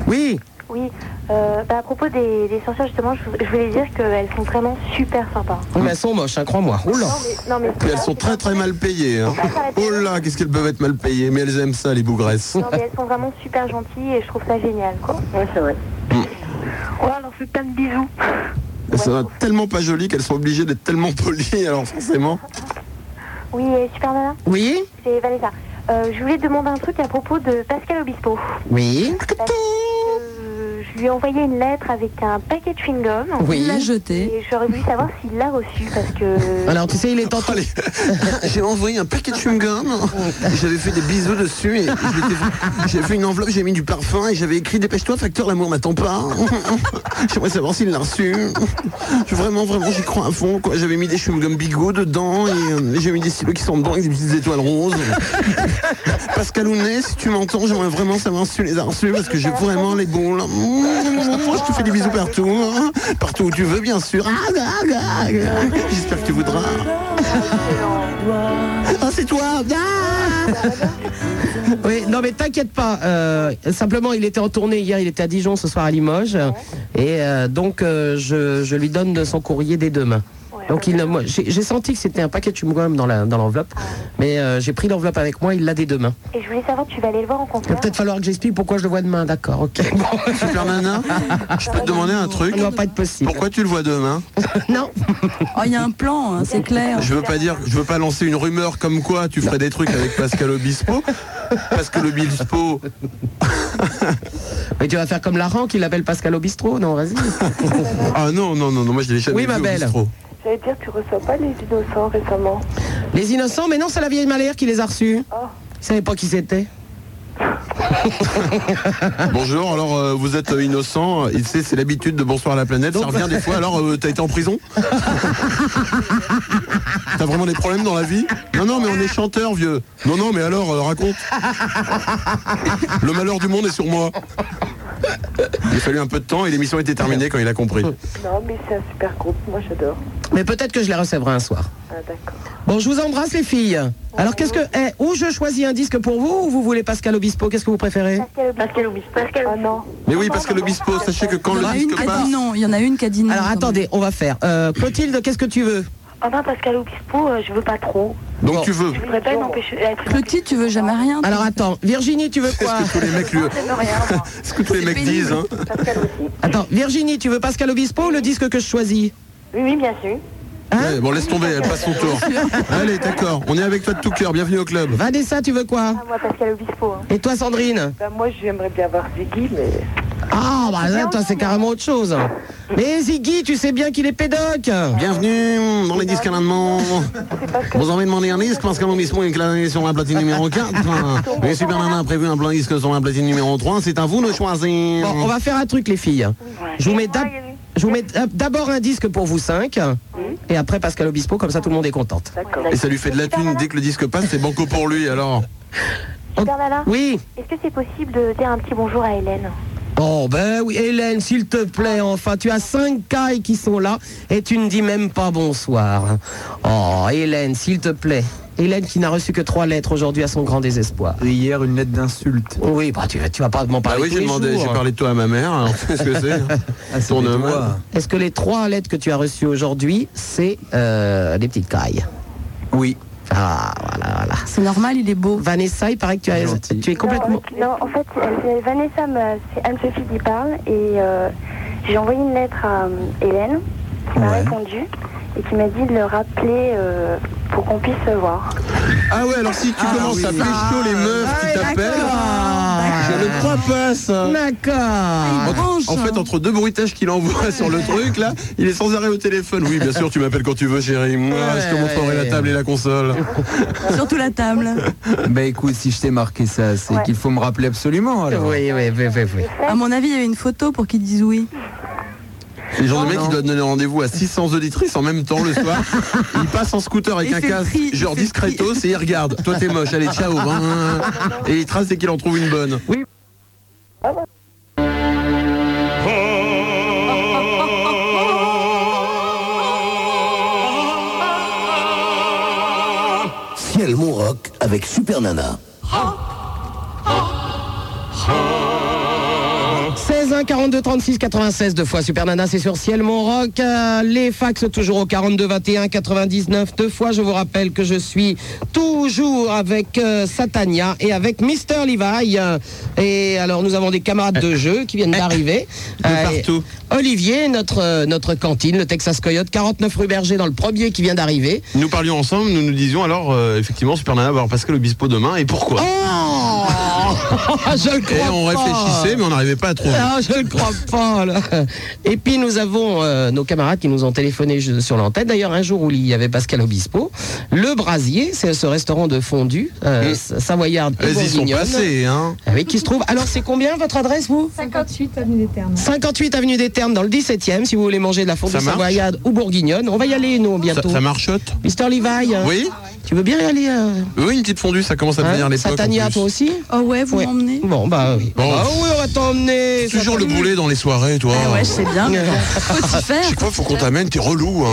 Oui,
Oui, euh, bah, à propos des, des sorcières, justement, je, je voulais dire qu'elles sont vraiment super sympas.
Oh, mais elles sont moches, hein, crois-moi. Oula.
Non, mais, non, mais
Et elles sont très très mal payées. hein. Oh là, qu'est-ce qu'elles peuvent être mal payées, mais elles aiment ça, les bougresses.
Non, mais elles sont vraiment super gentilles et je trouve ça génial, quoi.
Oui, c'est vrai.
Oh, alors, fait plein de bisous.
Elles sont tellement pas jolies qu'elles sont obligées d'être tellement polies, alors forcément.
Oui, et super nana,
Oui
c'est Vanessa. Euh, je voulais demander un truc à propos de Pascal Obispo.
Oui
Parce que, euh, je lui ai envoyé une lettre avec un paquet de chewing-gum.
Oui.
Il l'a jetée.
Et j'aurais voulu savoir s'il l'a reçu parce que.
Alors, tu sais, il est temps.
Allez, j'ai envoyé un paquet de chewing-gum, j'avais fait des bisous dessus, et je m'étais fait- j'ai fait une enveloppe, j'ai mis du parfum, et j'avais écrit Dépêche-toi, facteur, l'amour m'attend pas. J'aimerais savoir s'il l'a reçu. Je- Vraiment, vraiment, j'y crois à fond, quoi. J'avais mis des chewing-gum bigots dedans, et euh, j'ai mis des stylos qui sont dedans, avec des petites étoiles roses. Pascal Ounet, si tu m'entends, j'aimerais vraiment savoir si tu les as reçus, parce que j'ai vraiment les boules. Je te fais des bisous partout, hein. partout où tu veux, bien sûr. Ah, ah, ah, ah. J'espère que tu voudras.
Oh,
Ah, c'est toi
Ah Oui, non mais t'inquiète pas. euh, simplement, il était en tournée hier, il était à Dijon, ce soir à Limoges. Et euh, donc, euh, je, je lui donne de son courrier dès demain. Donc, il ne- moi, j'ai j'ai senti que c'était un paquet de chewing-gum dans la- dans l'enveloppe.
Ah
Mais euh, j'ai pris l'enveloppe avec moi, il l'a dès demain.
Et je voulais savoir, tu vas aller le voir en
Il va
concert.
peut-être falloir que j'explique pourquoi je le vois demain, d'accord, ok. Bon,
Super Nana, hein je peux te demander un truc.
ça ne va pas être possible.
Pourquoi tu le vois demain
Non,
Oh, il y a un plan, hein, c'est clair.
Je veux pas dire, je veux pas lancer une rumeur comme quoi tu ferais des trucs avec Pascal Obispo. Pascal Obispo,
mais tu vas faire comme Laurent qui l'appelle Pascal au bistrot, Oh, non, vas-y.
ah non non non non, moi je l'ai jamais
Oui,
vu
ma
au
belle.
bistrot.
J'allais dire, tu reçois pas les innocents récemment. Ah.
Les innocents, mais non, c'est la vieille Malère qui les a reçus. Je savais pas qui c'était.
Bonjour, alors euh, vous êtes euh, innocent, il sait c'est l'habitude de Bonsoir à la planète, ça revient des fois, alors euh, t'as été en prison T'as vraiment des problèmes dans la vie Non non mais on est chanteur vieux. Non non mais alors euh, raconte. Le malheur du monde est sur moi. Il a fallu un peu de temps et l'émission était terminée quand il a compris.
Non, mais c'est un super groupe, moi j'adore.
Mais peut-être que je les recevrai un soir.
Ah, d'accord.
Bon, je vous embrasse les filles. Alors qu'est-ce que eh, ou je choisis un disque pour vous ou vous voulez Pascal Obispo Qu'est-ce que vous préférez
Pascal Obispo. Pascal Obispo. Ah non.
Mais oui parce que le bispo, sachez que quand
Il y
le
en a une
disque
qui a
passe.
dit non. Il y en a une qui a dit non.
Alors
quand même.
attendez, on va faire. Euh, Clotilde, qu'est-ce que tu veux
Ah ben Pascal Obispo, euh, je veux pas trop.
Donc tu veux
Je voudrais pas une empêcher. être une-
Petit, tu veux jamais rien.
Alors attends, Virginie, tu veux quoi
Tous les mecs lui. Ce que tous les mecs disent, hein.
Attends, Virginie, tu veux Pascal Obispo ou le disque que je choisis
Oui, oui, bien sûr.
Hein
Ouais, bon, laisse tomber, elle passe son tour. Allez, d'accord, on est avec toi de tout cœur, bienvenue au club.
Vanessa, tu veux quoi
Ah,
Moi, Pascal Obispo. hein.
Et toi, Sandrine
Ben,
Bah, moi, j'aimerais bien avoir Ziggy, mais.
Ah, bah là, toi, c'est carrément autre chose. Mais Ziggy, tu sais bien qu'il est pédoc.
Bienvenue Hmm, dans les disques à l'allemand. Vous avez demandé un disque parce qu'à l'ambition est classé sur la platine numéro 4. Et Super Nana a prévu un plan disque sur la platine numéro 3. C'est à vous de choisir.
Bon, on va faire un truc, les filles. Je vous mets d'ab- je vous mets d'ab- d'abord un disque pour vous cinq, et après Pascal Obispo, comme ça tout le monde est contente.
Et ça lui fait de la thune dès que le disque passe, c'est banco pour lui alors.
Super Nana
Oui.
Est-ce que c'est possible de dire un petit bonjour à Hélène
Oh ben oui, Hélène, s'il te plaît, enfin, tu as cinq cailles qui sont là, et tu ne dis même pas bonsoir. Oh, Hélène, s'il te plaît. Hélène qui n'a reçu que trois lettres aujourd'hui à son grand désespoir.
Et hier, une lettre d'insulte.
Oui, bah tu, tu vas pas m'en
Bah
parler.
oui,
tous
j'ai
les
demandé,
jours. Ah,
j'ai parlé de toi à ma mère. Alors, qu'est-ce que c'est hein
Ah,
Ton homme.
Est-ce que les trois lettres que tu as reçues aujourd'hui, c'est euh, des petites cailles
Oui.
Ah, voilà, voilà.
C'est normal, il est beau.
Vanessa, il paraît que tu, as- tu es complètement...
Non, en fait, euh, c'est Vanessa, me- c'est Anne-Sophie qui parle et euh, j'ai envoyé une lettre à euh, Hélène qui m'a répondu et qui m'a dit de le rappeler euh, pour qu'on puisse se voir.
Ah ouais, alors si tu commences à pécho les meufs
Ah,
qui t'appellent, je ne crois pas ça.
Ah, D'accord.
En fait, entre deux bruitages qu'il envoie sur le truc, là, il est sans arrêt au téléphone. Oui, bien sûr, tu m'appelles quand tu veux, chérie. Moi, je te montrerai la table et la console.
Surtout la table.
Bah écoute, si je t'ai marqué ça, c'est qu'il faut me rappeler absolument alors.
Oui, oui, oui, oui. oui.
À mon avis, il y a une photo pour qu'ils disent oui.
Les gens de mecs qui doivent donner rendez-vous à 600 auditrices en même temps le soir. Ils passent en scooter avec
Il
un
fait le
casque,
tri, il
genre
fait le tri.
discretos, et ils regardent. Toi, t'es moche, allez, ciao. Hein. Et ils tracent dès qu'il en trouve une bonne.
Oui.
Ciel mon rock avec Super Nana.
Ah, 16 1 42 36 96 deux fois Super Nana c'est sur ciel mon rock Euh, les fax toujours au 42 21 99 deux fois je vous rappelle que je suis toujours avec euh, Satania et avec Mister Levi Euh, et alors nous avons des camarades de jeu qui viennent d'arriver Euh, et
partout.
Olivier notre euh, notre cantine le Texas Coyote 49 rue Berger dans le premier qui vient d'arriver
Nous parlions ensemble, nous nous disions alors, euh, effectivement, Super Nana va avoir Pascal Obispo demain, et pourquoi
Oh Je le
Et
crois
on
pas.
réfléchissait, mais on n'arrivait pas à trouver.
Ah, je ne crois pas. là. Et puis nous avons euh, nos camarades qui nous ont téléphoné ju- sur l'antenne. D'ailleurs, un jour où il y avait Pascal Obispo, le Brasier, c'est ce restaurant de fondue euh, savoyarde et
Elles y Mm. sont
bourguignonne. Ah
passées, hein.
Oui, qui se trouve. Alors, c'est combien votre adresse, vous
58 avenue des Termes.
58 avenue des Termes, dans le 17e, si vous voulez manger de la fondue
Ça marche
savoyarde ou bourguignonne. On va y aller, nous, bientôt.
Ça, ça marchote
Mister Levi. euh,
Ah
Oui
Tu veux bien y aller euh,
Oui, une petite fondue, ça commence à
hein,
devenir l'époque. en
Satania,
plus.
toi aussi
Oh ouais, vous
Ouais.
m'emmenez
Bon, bah oui.
Bon.
Ah oui, on va t'emmener.
Toujours le
Satania.
boulet dans les soirées, toi.
Ah ouais, je sais bien. mais bon, Faut y faire.
Chaque fois, faut qu'on t'amène, t'es relou. Hein.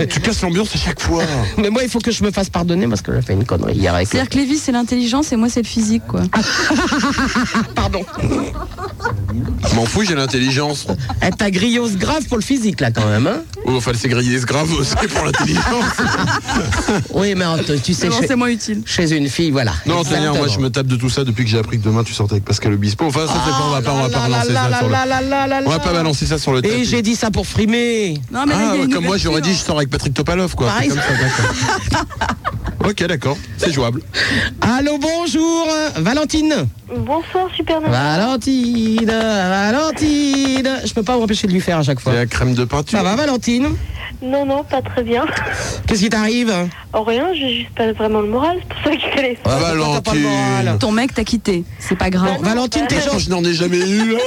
Ah
Tu casses l'ambiance à chaque fois.
Mais moi, il faut que je me fasse pardonner parce que j'ai fait une connerie hier avec.
C'est-à-dire que Lévi, c'est l'intelligence et moi, c'est le physique, quoi.
Pardon.
Je m'en fous, j'ai l'intelligence.
Eh, T'as grillose grave pour le physique, là, quand même. Hein
Oh, fallait se griller ce grave c'est pour l'intelligence.
oui, mais en- tu sais,
Mais bon,
chez,
c'est moins utile.
chez une fille, voilà.
Non, c'est rien, moi
Exactement.
je me tape de tout ça depuis que j'ai appris que demain tu sortais avec Pascal Obispo. Enfin, ça Ah, c'est pas, on va pas, on va
La,
pas balancer
la,
ça
la,
sur
la,
le.
la, la, la,
On va
la.
pas balancer ça sur le
Et
tapis.
j'ai dit ça pour frimer.
Non, mais là, il y
Ah,
a
ouais,
une
comme moi j'aurais dit, je
ouverture.
sors avec Patrick Topalov, quoi.
Pareil.
C'est comme ça, d'accord. ok, d'accord, c'est jouable.
Allô, bonjour, euh, Valentine.
Bonsoir Super Nana.
Valentine, Valentine. Je peux pas m'empêcher de lui faire à chaque
Et
fois.
la crème de peinture.
Ça va, Valentine
Non, non, pas très bien.
Qu'est-ce qui t'arrive
Oh, rien, j'ai juste pas vraiment le moral, c'est pour ça que je l'ai
Ah, pourquoi t'as pas le moral
Valentine.
Ton mec t'a quitté. C'est pas
Bah
grave.
Bon, Valentine, t'es
Oh,
gentil.
je n'en ai jamais eu.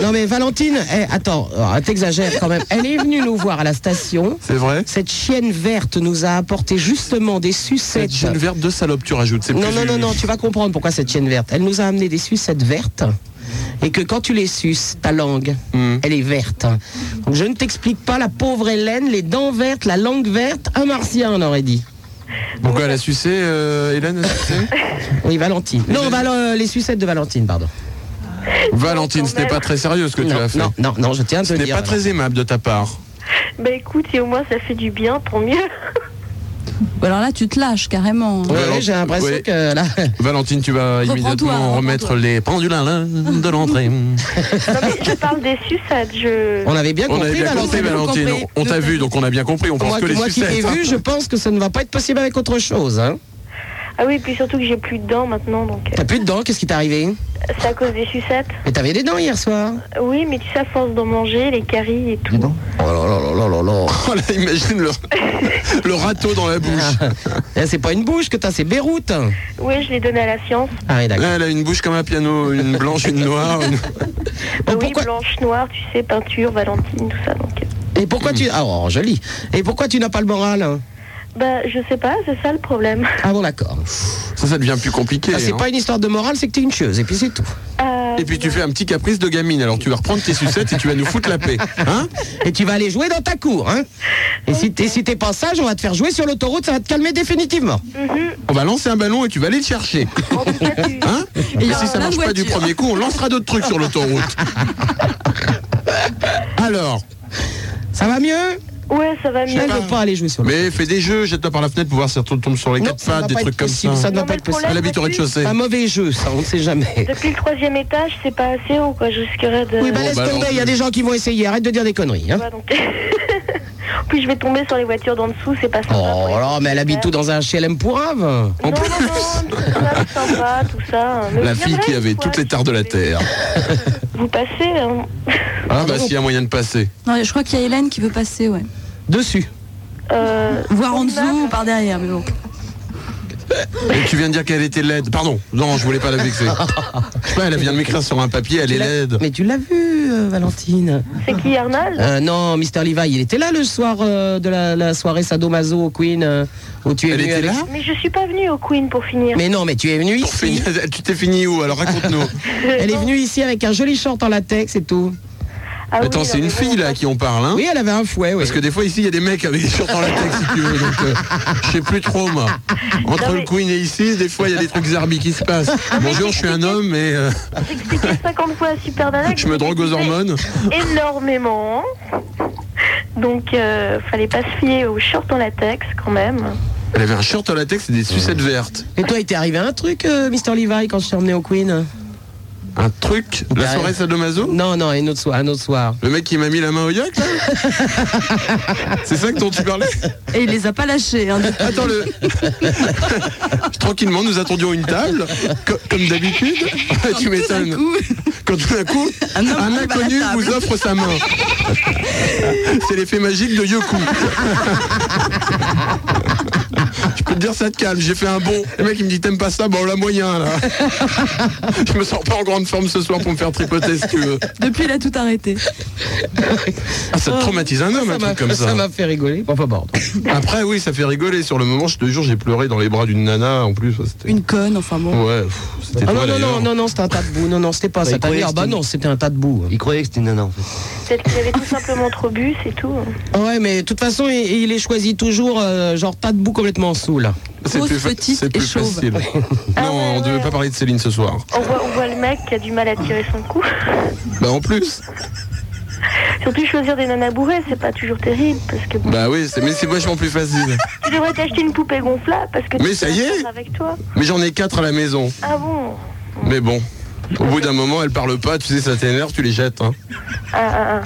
Non mais Valentine, eh, attends, oh, t'exagères quand même. Elle est venue nous voir à la station.
C'est vrai
Cette chienne verte nous a apporté justement des
Cette
sucettes.
jeune verte de salope, tu rajoutes. c'est
Non,
plus
non, non,
une-
non, tu vas comprendre pourquoi cette chienne verte. Elle nous a amené des sucettes vertes. Et que quand tu les suces, ta langue,
Hmm.
elle est verte. Donc je ne t'explique pas, la pauvre Hélène, les dents vertes, la langue verte, un martien, on aurait dit.
Pourquoi elle a sucé, euh, Hélène a sucé
Oui, Valentine. Non, Val- euh, les sucettes de Valentine, pardon.
Valentine, ce n'est pas très sérieux ce que tu
Non,
as fait.
non, non, non, je tiens à te
ce
le
n'est
dire.
pas très aimable de ta part.
Bah écoute, et au moins ça fait du bien, tant mieux.
Ou Alors là, tu te lâches carrément.
Valent- Oh, ouais. Valentine, tu vas
Reprends-toi,
immédiatement
reprends-toi.
remettre les pendulins de l'entrée.
Non, mais je parle des sucettes, je.
On avait bien compris, Valentine. On t'a vu, donc on a bien compris. On pense
Moi,
que les
moi qui t'ai
sucettes. hein.
vu, je pense que ça ne va pas être possible avec autre chose. Hein.
Ah oui, et puis surtout que j'ai plus de dents maintenant, donc
T'as plus de dents, qu'est-ce qui t'est arrivé
euh, c'est à cause des sucettes.
Mais t'avais des dents hier soir.
Oui, mais tu sais, à force d'en manger, les caries et tout.
Oh là là là là là là.
Oh là, imagine le, le râteau dans la bouche.
Eh, c'est pas une bouche que t'as, c'est Beyrouth. Ah
Oui, je l'ai donné à la science.
Elle a une bouche comme un piano, une blanche, une noire. une-
Bah oui, blanche, noire, tu sais, peinture, Valentine, tout ça. donc.
Et pourquoi tu. Ah, oh, joli. Et pourquoi tu n'as pas le moral hein
Bah, je sais pas, c'est ça le problème.
Ah bon, d'accord.
Ça, ça devient plus compliqué.
Ah, c'est
hein.
pas une histoire de morale, c'est que t'es une chieuse, et puis c'est tout.
Et puis tu fais un petit caprice de gamine. Alors tu vas reprendre tes sucettes et tu vas nous foutre la paix. Hein
et tu vas aller jouer dans ta cour, hein Et si t'es si t'es pas sage, on va te faire jouer sur l'autoroute, ça va te calmer définitivement.
On va lancer un ballon et tu vas aller le chercher. Hein
Et
Et
dans
si ça
la
marche pas du
voiture.
premier coup, on lancera d'autres trucs sur l'autoroute. Alors
Ça va mieux
Ouais, ça va
mieux. Elle veut pas
aller jouer sur
Mais fais des jeux, jette-la par la fenêtre pour voir si elle tombe sur les quatre
ça ne
pattes,
va
des
pas
trucs
être
comme
possible,
ça.
ça ne va Non, pas mais être le possible.
Elle habite au rez-de-chaussée.
Un mauvais jeu, ça, on ne sait jamais.
Depuis le troisième étage, c'est pas assez haut, quoi. Je risquerais de.
Oui, bah laisse tomber, il y a des gens qui vont essayer, arrête de dire des conneries. Hein.
Puis je vais tomber sur les voitures d'en dessous, c'est pas sympa.
Oh là, mais elle habite tout dans un HLM pour Ave.
Non, non, non, tout ça, c'est sympa, tout ça. hein. Mais
La
bien
fille qui
vrai,
avait toutes les tares de la terre.
Vous passez, hein.
Ah bah s'il y a moyen de passer.
Non, je crois qu'il y a Hélène qui veut passer, ouais.
Dessus.
Euh,
Voir en dessous ou par derrière, mais bon.
Et tu viens de dire qu'elle était laide. Pardon, non, je voulais pas la vexer. Je sais pas, elle vient de m'écrire sur un papier, elle est laide.
Mais tu l'as vu, euh, Valentine
C'est qui, Arnold
Euh, non, Mister Levi, il était là le soir euh, de la, la soirée Sadomaso au Queen euh, où tu es venu avec-
Mais je suis pas venue au Queen pour finir.
Mais non, mais tu es venu ici.
tu t'es fini où Alors raconte-nous.
Elle est venue ici avec un joli short en latex et tout.
Attends, c'est une fille là à qui on parle, hein
Oui, elle avait un fouet, oui.
Parce que des fois ici, il y a des mecs avec des shorts en latex, si tu veux. Donc, euh, je sais plus trop, moi. Entre
Non, mais-
le Queen et ici, des fois, il y a des trucs zarbi qui se passent. Bonjour, je suis un homme, mais euh,
J'ai expliqué 50 fois à Super Nana que
je me drogue aux hormones.
énormément. Donc, euh, fallait pas se fier aux shorts en latex quand même.
Elle avait un short en latex et des sucettes vertes.
Et toi, il t'est arrivé un truc, euh, Mister Levi, quand je t'ai emmené au Queen
Un truc La soirée sadomaso
Bah, euh, Non, non, une autre soir, un autre soir.
Le mec qui m'a mis la main au yacht, là C'est ça que dont tu parlais
Et il les a pas lâchés. Hein,
Attends, le... Tranquillement, nous attendions une table, co- comme d'habitude. tu m'étonnes. Quand tout d'un coup, un,
homme arrive à la
inconnu
table.
vous offre sa main. C'est l'effet magique de Yoku. Je peux te dire, ça te calme. J'ai fait un bon. Le mec, il me dit, t'aimes pas ça Bon, on l'a moyen, là. Je me sens pas en grande forme ce soir pour me faire tripoter, si tu veux.
Depuis, il a tout arrêté.
Ah, ça te traumatise un homme, un truc comme ça.
Ça m'a fait rigoler. Bon, enfin, bon.
Après, oui, ça fait rigoler. Sur le moment, je te jure, j'ai pleuré dans les bras d'une nana, en plus. C'était-
Une conne, enfin bon.
Ouais, pff, c'était
Ah
toi,
non, non,
d'ailleurs.
non, non, non, c'était un tas de boue. Non, non, c'était pas ça. T'as dit, ah bah non, c'était un tas de boue.
Il croyait que c'était une nana en fait.
Peut-être qu'il avait tout simplement trop bu, c'est tout.
Ah Ouais, mais de toute façon, il, il les choisit toujours, euh, genre tas de boue complètement saoul.
C'est plus, fa- c'est plus facile.
Ah
non, on devait pas parler de Céline ce soir.
On voit, on voit le mec qui a du mal à tirer son coup.
Bah en plus.
Surtout choisir des nanas bourrées, c'est pas toujours terrible parce que bon,
Bah oui, c'est- mais c'est vachement plus facile.
tu devrais t'acheter une poupée gonflable parce que tu
Mais ça
peux
y
la
est
prendre avec toi.
Mais j'en ai quatre à la maison.
Ah bon
Mais bon, au bout d'un moment, elle parle pas, tu sais, ça t'énerve, tu les jettes. Hein.
Ah, ah, ah.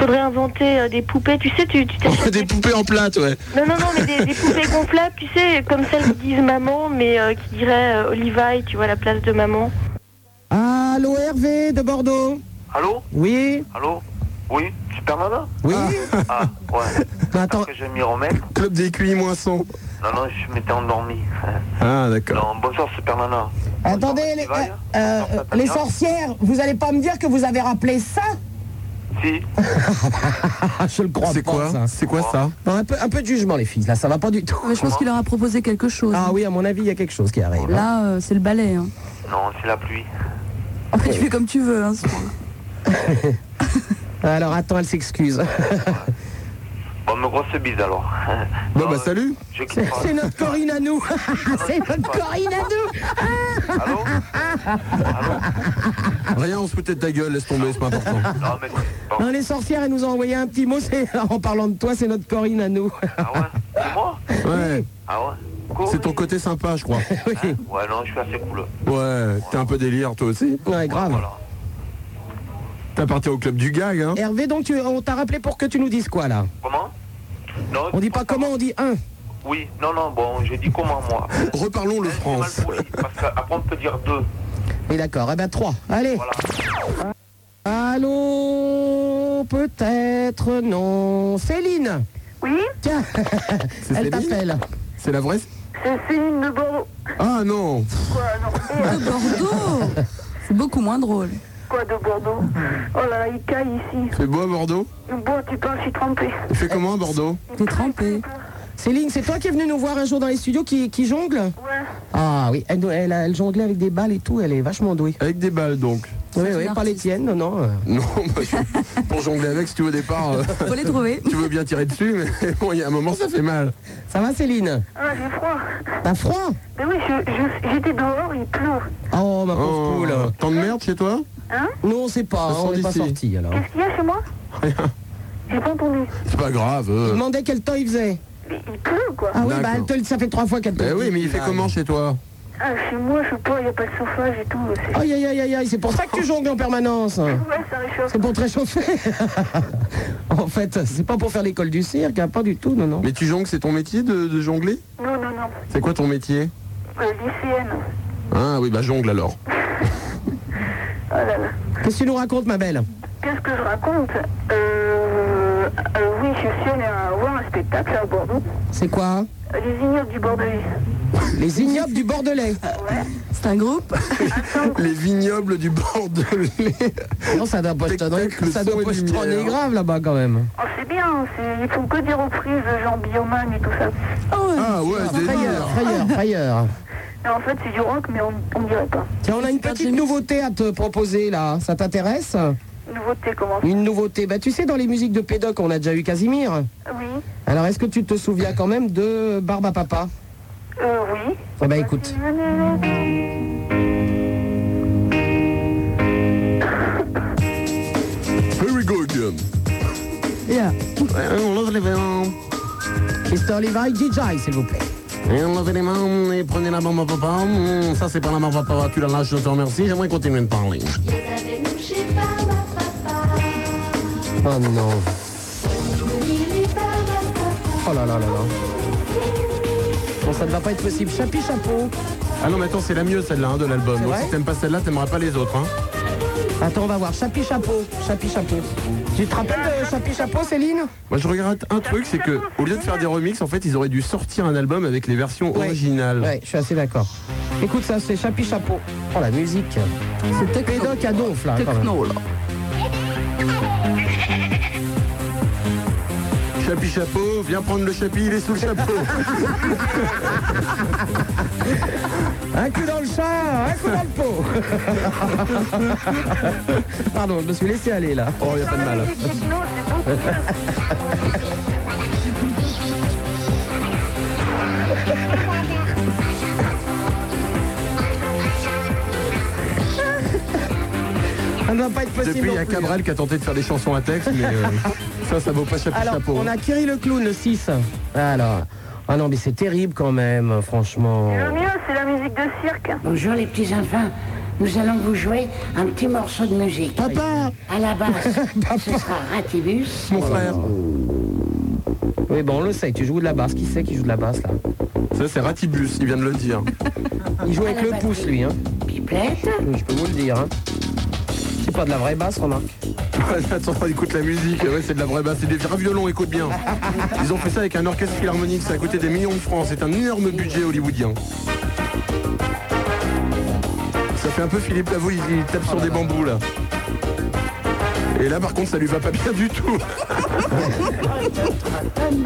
Faudrait inventer euh, des poupées, tu sais, tu tu t'achètes
Des poupées en plate, ouais.
Non, non, non, mais des, des poupées gonflables, tu sais, comme celles qui disent maman, mais euh, qui diraient euh, Levi, tu vois, à la place de maman.
Allô, Hervé de Bordeaux
Allô
Oui
Allô Oui Super Nana
Oui
Ah, ouais.
Bah, Attends.
que je vais m'y remettre.
Club des QI moissons.
Non, non, je m'étais endormi.
Ah, d'accord.
Non, bonsoir Super Nana.
Attendez, les, euh, euh, les sorcières, vous allez pas me dire que vous avez rappelé ça
Si.
je le crois
C'est
pas,
quoi
ça.
C'est quoi ça
Non, un, peu, un peu de jugement, les filles, là, ça va pas du tout.
Mais je pense qu'il leur a proposé quelque chose.
Ah oui, à mon avis, il y a quelque chose qui arrive.
Là, euh, c'est le balai. Hein.
Non, c'est la pluie.
Après, tu fais comme tu veux. Hein, ce soir.
Alors, attends, elle s'excuse.
Bon,
Bon, me grosse bise alors.
Bon, bah, salut.
Je quitte
C'est
pas.
c'est notre Corinne à nous. c'est notre Corinne à nous.
Rien, on se peut-être ta gueule, laisse tomber, c'est pas important.
Non, les sorcières, elles nous ont envoyé un petit mot. c'est- En parlant de toi, c'est notre Corinne à nous.
Ouais.
Ah ouais
C'est ton côté sympa, je crois.
Ouais, non, je suis assez cool.
Ouais, t'es un peu délire, toi aussi.
Ouais, grave.
T'es appartient au club du gag, hein
Hervé, donc tu- on t'a rappelé pour que tu nous dises quoi là
Comment Non,
On dit pas comment, on dit un.
Oui, non, non, bon, je dis comment moi.
Reparlons le France.
Parce qu'après, on peut dire deux.
Oui, d'accord. Eh ben, trois. Allez. Allô Peut-être non. Céline
Oui
Tiens, elle
Céline
t'appelle.
C'est la vraie
Céline de Bordeaux.
Ah non
Quoi, non
De Bordeaux C'est beaucoup moins drôle.
Quoi de Bordeaux Oh là là, il caille ici.
C'est beau à Bordeaux
Bon, tu parles, je suis trempée.
Il fait comment à Bordeaux
T'es trempé.
Céline, c'est toi qui es venue nous voir un jour dans les studios qui, qui jongle Ah oui, elle, elle, a- elle jonglait avec des balles et tout, elle est vachement douée.
Avec des balles donc
Oui, oui, pas les tiennes, non, non.
Non, bah, je- pour jongler avec, si tu veux, au départ. euh,
Faut les trouver.
Tu veux bien tirer dessus, mais bon, il y a un moment, ça fait mal.
Ça va, Céline
Ah, j'ai froid.
T'as froid
Mais oui, je- je- j'étais dehors, il pleut.
Oh, ma pauvre
Oh,
poule.
Tant de merde chez toi
Hein
Nous, on sait pas,
Ça
hein,
sort
on n'est pas
d'ici.
sortis alors.
Qu'est-ce qu'il y a chez moi J'ai pas entendu.
C'est pas grave.
Je
euh.
demandais quel temps il faisait.
Il pleut, quoi.
Ah oui, bah,
D'accord.
elle te, le- ça fait trois fois qu'elle te
Bah
le
oui,
dit.
mais il fait
Ah,
comment chez toi
Ah, chez moi, je sais pas, il n'y a pas de chauffage et tout. c'est-
Aïe, aïe, aïe, aïe, aïe, c'est pour ça que tu jongles en permanence.
Ouais, ça réchauffe.
C'est pour te réchauffer. en fait, c'est pas pour faire l'école du cirque, hein, pas du tout, non, non.
Mais tu jongles, c'est ton métier de, de jongler
Non, non, non.
C'est quoi ton métier
Euh, lycéenne.
Ah oui, bah jongle alors.
Oh là là.
Qu'est-ce que tu nous racontes, ma belle
Qu'est-ce que je raconte euh, euh, Oui, je suis allée à- voir un spectacle à Bordeaux.
C'est quoi
Les ignobles du Bordelais.
Les ignobles du Bordelais.
C'est un groupe
Les vignobles du Bordelais.
Non, ça doit pas se tonner-
Spectacle,
ça
son
doit
et
pas se
lumière.
tonner grave là-bas quand même.
Oh, c'est bien, c'est- ils font que des reprises de Jean Bioman et tout ça.
Ah ouais,
Frayeur,
délire. Ah.
frayeur, frayeur.
Et Ah. en fait, c'est du rock, mais on ne dirait pas.
Tiens, on a une petite nouveauté à te proposer là. Ça t'intéresse
Nouveauté, comment
Une nouveauté. Bah, tu sais, dans les musiques de Pédoc, on a déjà eu Casimir.
Oui,
Alors, est-ce que tu te souviens quand même de Barbe à Papa
euh, oui.
Eh ben, écoute.
Very good.
Yeah.
On lave les mains.
Mr. Levi, DJ, s'il vous plaît.
Et on lave les mains et prenez la bombe à papa. Hum, Ça, c'est pas la bombe à papa. Tu la lâches, je te remercie. J'aimerais continuer de parler.
Oh non. Oh là là là là. Bon, ça ne va pas être possible. Chapi chapeau.
Ah non, mais attends, c'est la mieux celle-là hein, de l'album.
C'est
Donc
vrai
si t'aimes pas celle-là, t'aimeras pas les autres. Hein.
Attends, on va voir. Chapi chapeau. Chapi chapeau. Tu te rappelles
Ah,
de Chapi chapeau, Céline
Moi, je regrette un truc, c'est que au lieu de faire des remixes, en fait, ils auraient dû sortir un album avec les versions originales.
Ouais, je suis assez d'accord. Écoute ça, c'est Chapi chapeau. Oh la musique. C'est Pédoc à donf là. quand même.
techno là.
Chapi chapeau, viens prendre le chapi, il est sous le chapeau.
Un coup dans le chat, un coup dans le pot. Pardon, je me suis laissé aller là.
oh, y a pas de mal.
Ça ne va pas être possible.
Depuis, il y a
non plus.
Cabrel qui a tenté de faire des chansons à texte, mais euh, ça, ça vaut pas chapi
Alors,
chapeau.
on a Kiri le clown, le 6. Alors. Ah non, mais c'est terrible quand même, franchement.
Le mieux, c'est la musique de cirque.
Bonjour les petits enfants, nous allons vous jouer un petit morceau de musique. Papa À la basse, ce sera Ratibus.
Mon frère.
Oh Oui, bon, on le sait, tu joues de la basse. Qui c'est qui joue de la basse, là
Ça, c'est Ratibus, il vient de le dire.
Il joue avec
À la
le
batterie.
pouce, lui. Hein.
Pipelette.
Je peux vous le dire. Hein. C'est pas de la vraie basse, remarque.
Attends, écoute la musique. Ouais, c'est de la vraie basse. C'est des vrais violons, écoute bien. Ils ont fait ça avec un orchestre philharmonique. Ça a coûté des millions de francs. C'est un énorme budget hollywoodien. Ça fait un peu Philippe Lavoie, il il
Oh
tape sur des bambous là. Et là par contre ça lui va pas bien du tout.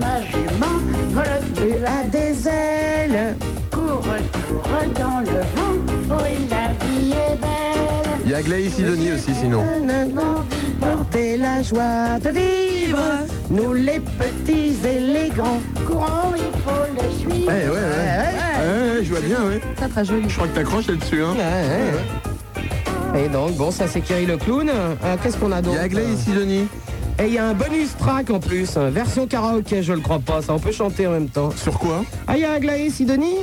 Ma jument vole
Tu as des ailes.
court, court dans le vent. Oui, la vie est belle.
Il y a Glaï Sidonie aussi sinon.
Mon
porter la joie de vivre. Nous les petits et les grands. Courant, il faut le suivre.
Eh,
Eh,
ouais, ouais. Ouais, ouais, je vois bien, ouais.
Très très joli.
Je crois que t'accroches là-dessus, hein.
Et donc, bon, ça c'est Kerry le clown. Euh, Qu'est-ce qu'on a d'autre Il y a Aglaé ici, Denis. Et il y a un bonus track en plus, euh, version karaoké, je le crois pas, ça on peut chanter en même temps. Sur quoi Ah, il y a Aglaé Sidonie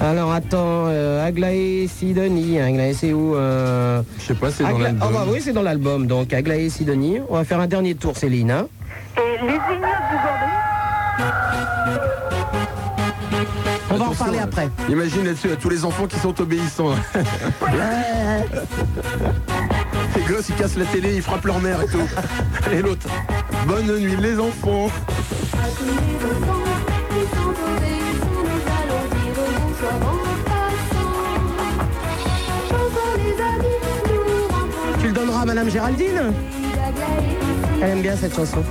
Alors attends, euh, Aglaé Sidonie, Aglaé c'est où Je sais pas,
c'est dans l'album.
Ah bah oui, c'est dans l'album, donc Aglaé Sidonie. On va faire un dernier tour, Céline. hein.
Et les vignobles du
On va en
Attention,
parler
euh,
après.
Imagine là-dessus à tous les enfants qui sont obéissants. les gosses, ils cassent la télé, ils frappent leur mère et tout. Et l'autre. Bonne nuit les enfants.
Tu le donneras à Madame Géraldine Elle aime bien cette chanson.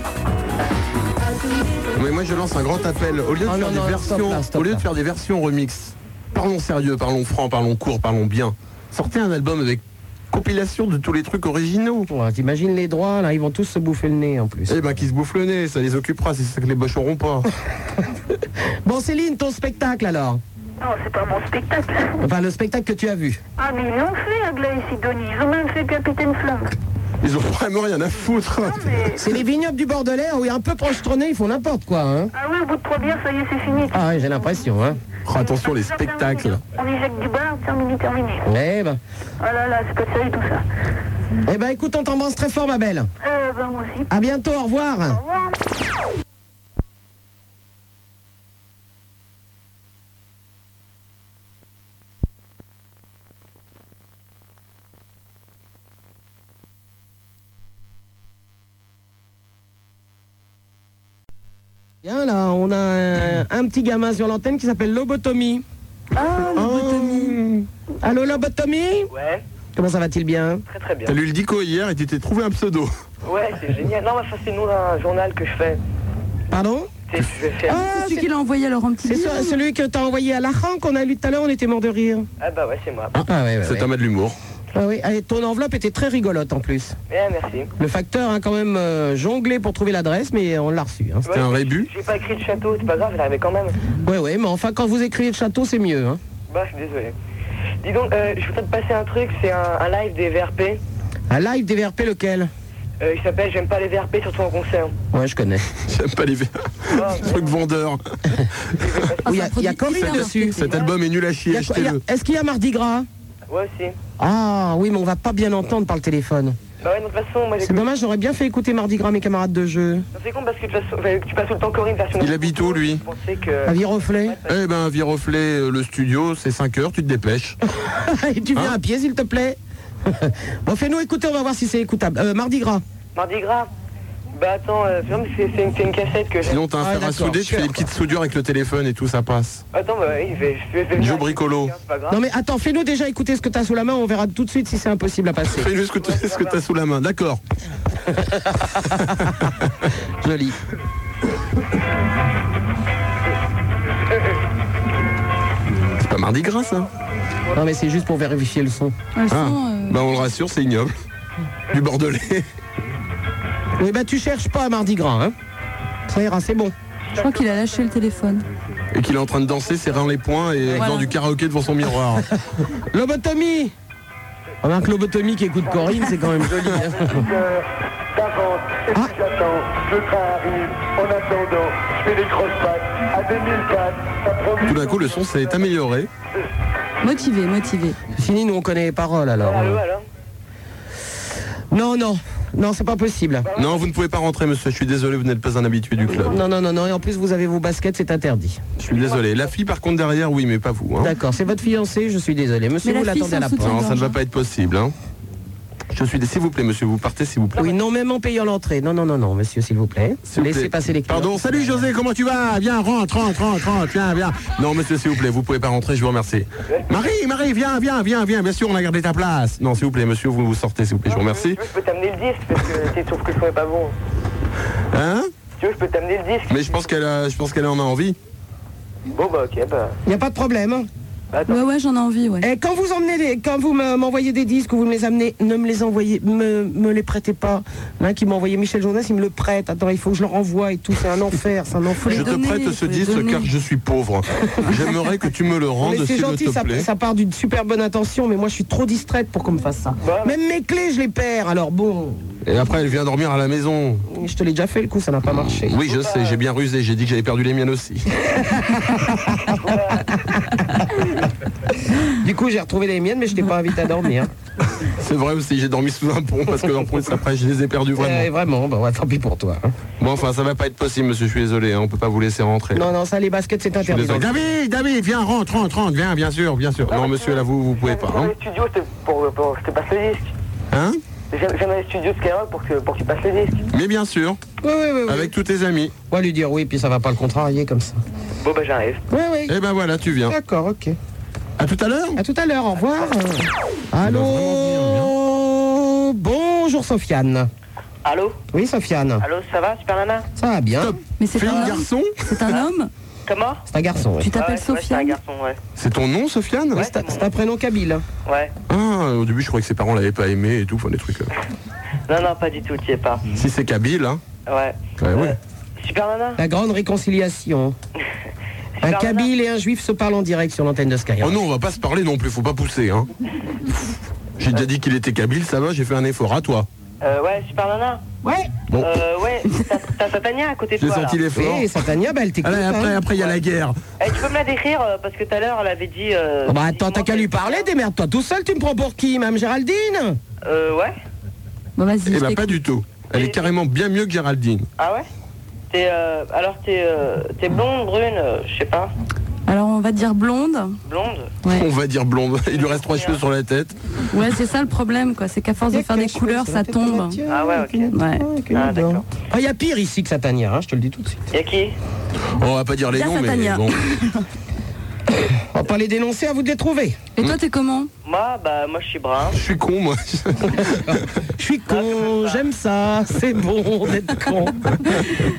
Mais moi je lance un grand appel. Au lieu de,
Oh non, non,
faire, des
stop
versions,
là, stop
au lieu de
là.
faire des versions remix, parlons sérieux, parlons franc, parlons court, parlons bien. Sortez un album avec compilation de tous les trucs originaux.
T'imagines les droits, là, ils vont tous se bouffer le nez en plus.
Eh ben qui se bouffent le nez, ça les occupera, c'est ça que les boches auront pas.
Bon, Céline, ton spectacle alors
Non, c'est pas mon spectacle.
Enfin, le spectacle que tu as vu.
Ah, mais ils l'ont fait, Aglaé et Sidonie. Ils ont même fait Capitaine Flamme.
Ils ont vraiment rien à foutre.
C'est les vignobles du Bordelais où il y a un peu prostronné, ils font n'importe quoi. Hein
Ah oui, au bout de trois bières, ça y est, c'est fini.
ah ouais, j'ai l'impression. Hein.
Oh, attention, les spectacles.
On éjecte du bar, terminé, terminé.
Eh ben.
Oh là là, c'est pas sérieux tout ça.
Eh ben, écoute, on t'embrasse très fort, ma belle.
Euh, ben moi aussi.
À bientôt, au revoir.
Au revoir.
Bien là, on a un, un petit gamin sur l'antenne qui s'appelle Lobotomie. Ah, Lobotomie. Allô, Lobotomie
Ouais,
Comment ça va-t-il bien
très très bien.
T'as lu le dico hier et tu t'es trouvé un pseudo.
Ouais, c'est génial. Non, mais ça, c'est le nom d'un journal que je fais.
Pardon
Tu sais, je vais faire.
Ah, c'est celui qui l'a envoyé à Laurent Petit. C'est ce- celui que t'as envoyé à Lacan qu'on a lu tout à l'heure, on était mort de rire.
Ah bah ouais, c'est moi.
C'est un mât de l'humour.
Ah oui, et ton enveloppe était très rigolote en plus.
Eh, merci.
Le facteur a quand même euh, jonglé pour trouver l'adresse, mais on l'a reçu. hein.
Ouais, j'ai- J'ai pas écrit de château, c'est pas grave, elle arrivait quand même.
Ouais, ouais, mais enfin, quand vous écrivez le château, c'est mieux. hein.
Bah, je suis désolé. Dis donc, euh, je voudrais te passer un truc, c'est un, un live des VRP.
Un live des VRP, lequel
Euh, il s'appelle J'aime pas les VRP, surtout en concert.
Ouais, je connais.
J'aime pas les trucs vendeurs.
Il y a, il y a Corinne dessus.
Cet album est nul à
Il
chier,
y a- il y a-
achetez-le.
Est-ce qu'il y a Mardi Gras
Ouais, aussi.
Ah oui, mais on va pas bien entendre par le téléphone.
Bah ouais, non, de toute façon, moi j'ai.
C'est dommage, j'aurais bien fait écouter Mardi Gras à mes camarades de jeu.
C'est con parce que de toute façon, enfin, tu passes tout le temps Corinne version.
Il habite où lui
Je pensais que.
À Viroflay
Eh ben Viroflay, euh, le studio, c'est 5 heures, tu te dépêches.
Et tu viens
Hein
à pied, s'il te plaît Bon, fais-nous écouter, on va voir si c'est écoutable. Euh, Mardi Gras.
Mardi Gras Bah attends, euh, non, mais c'est c'est une, c'est une cassette que j'ai.
Sinon
Ah,
t'as affaire à souder, tu fais des petites soudures avec le téléphone et tout, ça passe.
Attends, bah oui, je vais, je vais- je vais venir.
Joe Bricolo.
C'est pas grave.
Non mais attends, fais-nous déjà écouter ce que t'as sous la main, on verra tout de suite si c'est impossible à passer.
Fais juste ce que t'as- ce que t'as sous la main, d'accord.
Joli.
C'est pas mardi gras ça
Non mais c'est juste pour vérifier le son. Hein
Ah, Bah on le rassure, c'est ignoble. Du bordelais.
Oui bah tu cherches pas à Mardi Gras, hein Ça ira, c'est bon.
Je crois qu'il a lâché le téléphone.
Et qu'il est en train de danser, serrant les poings et faisant
Voilà.
du karaoké devant son miroir.
Lobotomie Remarque Lobotomie qui écoute Corinne, c'est quand même joli.
Euh,
hein.
D'avance, et puis j'attends, le train arrive, en attendant, je fais des cross-packs, à 2004, ça promet.
Tout d'un coup le son s'est amélioré.
Motivé, motivé. Fini, nous on connaît les paroles alors. euh, Non, non, non, c'est pas possible.
Non, vous ne pouvez pas rentrer monsieur, je suis désolé, vous n'êtes pas un habitué du club.
Non, non, non, non, et en plus vous avez vos baskets, c'est interdit.
Je suis désolé. La fille par contre derrière, oui, mais pas vous. hein.
D'accord, c'est votre fiancé, je suis désolé. Monsieur, vous l'attendez à la porte.
Non, ça ne va pas être possible. hein. Je suis dé- S'il vous plaît, monsieur, vous partez, s'il vous plaît.
Oui, non, même en payant l'entrée. Non, non, non, non, monsieur, s'il vous plaît.
S'il vous
Laissez
plaît.
passer les clients.
Pardon, salut José, comment tu vas Viens, rentre, rentre, rentre, rentre, viens, viens. Non, monsieur, s'il vous plaît, vous pouvez pas rentrer, je vous remercie. Marie, Marie, viens, viens, viens, viens, bien sûr, on a gardé ta place. Non, s'il vous plaît, monsieur, vous vous sortez, s'il vous plaît, je vous remercie.
Je peux t'amener le disque parce que tu trouves que le son est pas bon.
Hein
Si tu veux, je peux t'amener le disque.
Mais je pense qu'elle a- je pense qu'elle en a envie.
Bon bah ok, bah.
Il n'y a pas de problème. hein. Ouais, ouais, j'en ai envie, ouais. Et quand vous emmenez les, quand vous me- m'envoyez des disques ou vous me les amenez, ne me les envoyez, me, me les prêtez pas. L'un qui m'a envoyé Michel Jonas, il me le prête. Attends, il faut que je le renvoie et tout. C'est un enfer, c'est un enfer.
Je te prête ce disque car je suis pauvre. J'aimerais que tu me le
Non, mais
rendes
c'est
s'il
gentil,
te
ça,
plaît.
ça part d'une super bonne intention, mais moi je suis trop distraite pour qu'on me fasse ça. Même mes clés, je les perds, alors bon,
Et après, elle vient dormir à la maison.
je te l'ai déjà fait le coup, ça n'a pas marché.
Oui, je sais, j'ai bien rusé, j'ai dit que j'avais perdu les miennes aussi.
Du coup, j'ai retrouvé les miennes, mais je t'ai pas invité à dormir.
C'est vrai aussi, j'ai dormi sous un pont parce que en plus, après, je les ai perdus vraiment.
vraiment, bah, ouais, tant pis pour toi.
Bon, enfin, ça va pas être possible, monsieur, je suis désolé, hein, on peut pas vous laisser rentrer.
Non, non, ça, les baskets, c'est
suis
interdit.
désolé.
Donc,
David, David, viens, rentre, rentre, rentre, viens, bien sûr, bien sûr. Non, monsieur, là, vous, vous pouvez pas. hein.
studio, c'était pour, pour que je te passe le disque.
Hein
J'aime j'aime les studios de Skyrock pour que, pour que tu passes le disque.
Mais bien sûr. Avec tous tes amis.
On va lui dire oui, puis ça va pas le contrarier comme ça.
Bon, bah j'arrive.
Oui, oui.
Eh ben voilà, tu viens.
D'accord, ok.
À tout à l'heure
À tout à l'heure, au revoir. Allô Bonjour Sofiane.
Allô
Oui, Sofiane.
Allô, ça va, Super Nana
Ça va bien.
Mais c'est un homme C'est un homme
Comment
C'est un garçon, oui.
Tu
Ouais, ouais,
t'appelles
c'est un
Sofiane
garçon, ouais.
C'est ton nom, Sofiane
C'est un- c'est un prénom kabyle.
Ouais.
Ah, au début, je croyais que ses parents l'avaient pas aimé et tout, enfin, des trucs. euh.
Non, non, pas du tout, tu y es pas.
Si c'est Kabyle, hein.
Ouais.
Ouais, ouais.
Super Nana
La grande réconciliation. Un kabyle et un juif se parlent en direct sur l'antenne de Sky.
Oh non, on va pas se parler non plus, faut pas pousser, hein. J'ai déjà dit qu'il était Kabyle, ça va, j'ai fait un effort à toi.
Euh, ouais, Super Nana
Ouais
Bon.
Euh, ouais, t'as- t'as Satania à côté de
J'ai
toi.
senti
là.
l'effort.
Oui, Satania, bah, elle t'écoute,
Allez, Après,
hein.
après, il y a la guerre.
Eh, tu peux me la décrire euh, parce que tout à l'heure elle avait dit. euh,
Oh bah attends, t'as qu'à lui parler, démerde-toi tout seul, tu me prends pour qui, Mme Géraldine
Euh, ouais.
Bon, vas-y.
Eh ben, pas du tout. Elle est carrément bien mieux que Géraldine.
Ah ouais T'es euh, alors t'es euh, t'es blonde, brune, euh, je sais pas,
Alors, on va dire blonde.
blonde.
On va dire blonde. Il lui reste trois cheveux sur la tête.
Ouais, c'est ça le problème, quoi. C'est qu'à force de faire des couleurs, ça tombe.
Ah ouais, ok.
Ouais.
Ah d'accord.
Ah, y a pire ici que Satania, hein, je te le dis tout de suite.
Y'a qui
On va pas dire les
Bien,
noms, mais
Satania.
bon.
On va pas les dénoncer, à vous de les trouver.
Et toi, t'es comment
Moi bah moi je suis brun.
Je suis con, moi. Hmm.
Je suis con, j'aime ça, c'est bon d'être con.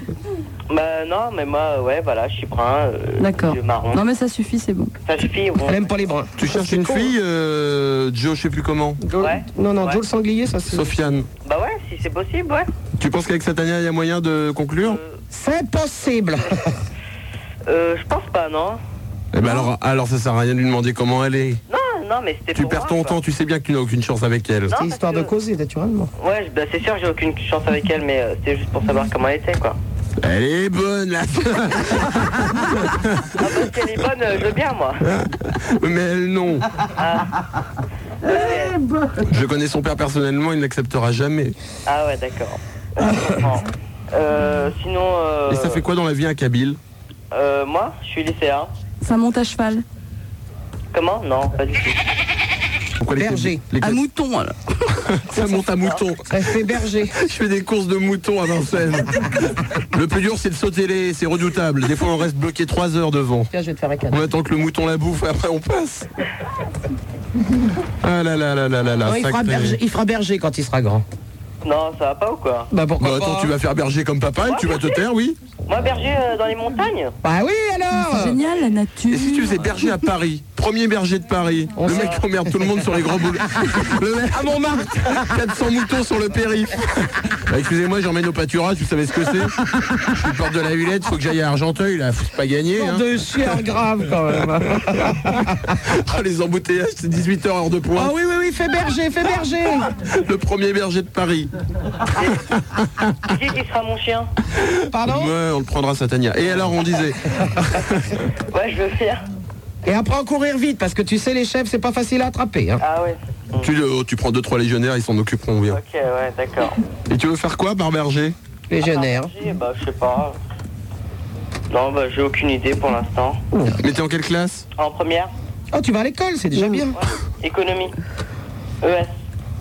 Bah non mais moi ouais voilà je suis brun. euh,
D'accord.
yeux marron.
Non, mais ça suffit, c'est bon.
Ça suffit. Bon.
Elle aime pas les bruns.
Oh,
Tu cherches une fille, euh, Joe, je sais plus comment.
hein. Ouais.
Non, non, Joe le sanglier, ça c'est.
Sofiane.
Bah ouais si c'est possible ouais.
Tu penses qu'avec Satania, il y a moyen de conclure
C'est possible
Euh, je pense pas non.
Eh ben alors, alors ça sert à rien de lui demander comment elle est.
Non non mais c'était
Tu
pour
perds
moi,
ton
quoi.
temps, tu sais bien que tu n'as aucune chance avec elle.
Non,
C'est histoire de causer, naturellement.
Ouais je- bah c'est sûr j'ai aucune chance avec elle mais euh, c'était juste pour savoir comment elle était quoi.
Elle est bonne la
Ah bah si elle est bonne euh, je veux bien moi.
Mais elle
Ah,
non.
Ah. Ok.
Je connais son père personnellement, il n'acceptera jamais.
Ah ouais d'accord. Je comprends. Euh, sinon euh,
Et ça fait quoi dans la vie un Kabyle
euh, moi je suis lycéen.
Ça monte à cheval.
Comment Non, pas du tout.
Pourquoi les
Berger.
Kabyle- les
À
Kabyle-
mouton, alors.
Ça monte à mouton.
Elle fait berger.
Je fais des courses de moutons à Vincennes. Le plus dur c'est de sauter les, c'est redoutable. Des fois on reste bloqué 3 heures devant.
Tiens, je vais te faire un cadeau.
On attend que le mouton la bouffe, après on passe. Ah là là là là là là.
Non, il, fera
sacré.
berger, il fera berger quand il sera grand.
Non, ça va pas ou quoi
Bah pourquoi
Bah attends,
pas
tu vas faire berger comme papa et tu vas te taire, oui
Moi, berger euh, dans les montagnes
Bah oui, alors
C'est génial, la nature.
Et si tu faisais berger à Paris Premier berger de Paris. le mec qui emmerde tout le monde sur les grands boulevards. Le mec à Montmartre 400 moutons sur le périph. Bah, Excusez-moi, j'emmène au pâturage, vous savez ce que c'est Je suis porte de la Villette, faut que j'aille à Argenteuil, là, faut pas gagner.
Bande
hein.
de chiens grave quand même.
Ah, les embouteillages, c'est 18h heure de
Ah
pointe.
oui, oui, oui, fais berger, fais berger
Le premier berger de Paris.
C'est qui qui sera mon chien
Pardon
Ouais, on le prendra Satania. Et alors on disait,
Ouais, je veux faire.
Et apprends à courir vite, parce que tu sais, les chefs, c'est pas facile à attraper. hein.
Ah ouais.
tu, oh, tu prends 2-3 légionnaires, ils s'en occuperont bien.
Ok, ouais, d'accord.
Et tu veux faire quoi par berger
Légionnaire.
Berger, bah, je sais pas. Non, bah, j'ai aucune idée pour l'instant.
Mais t'es en quelle classe
En première,
Oh, tu vas à l'école, c'est déjà bien.
économie. ES.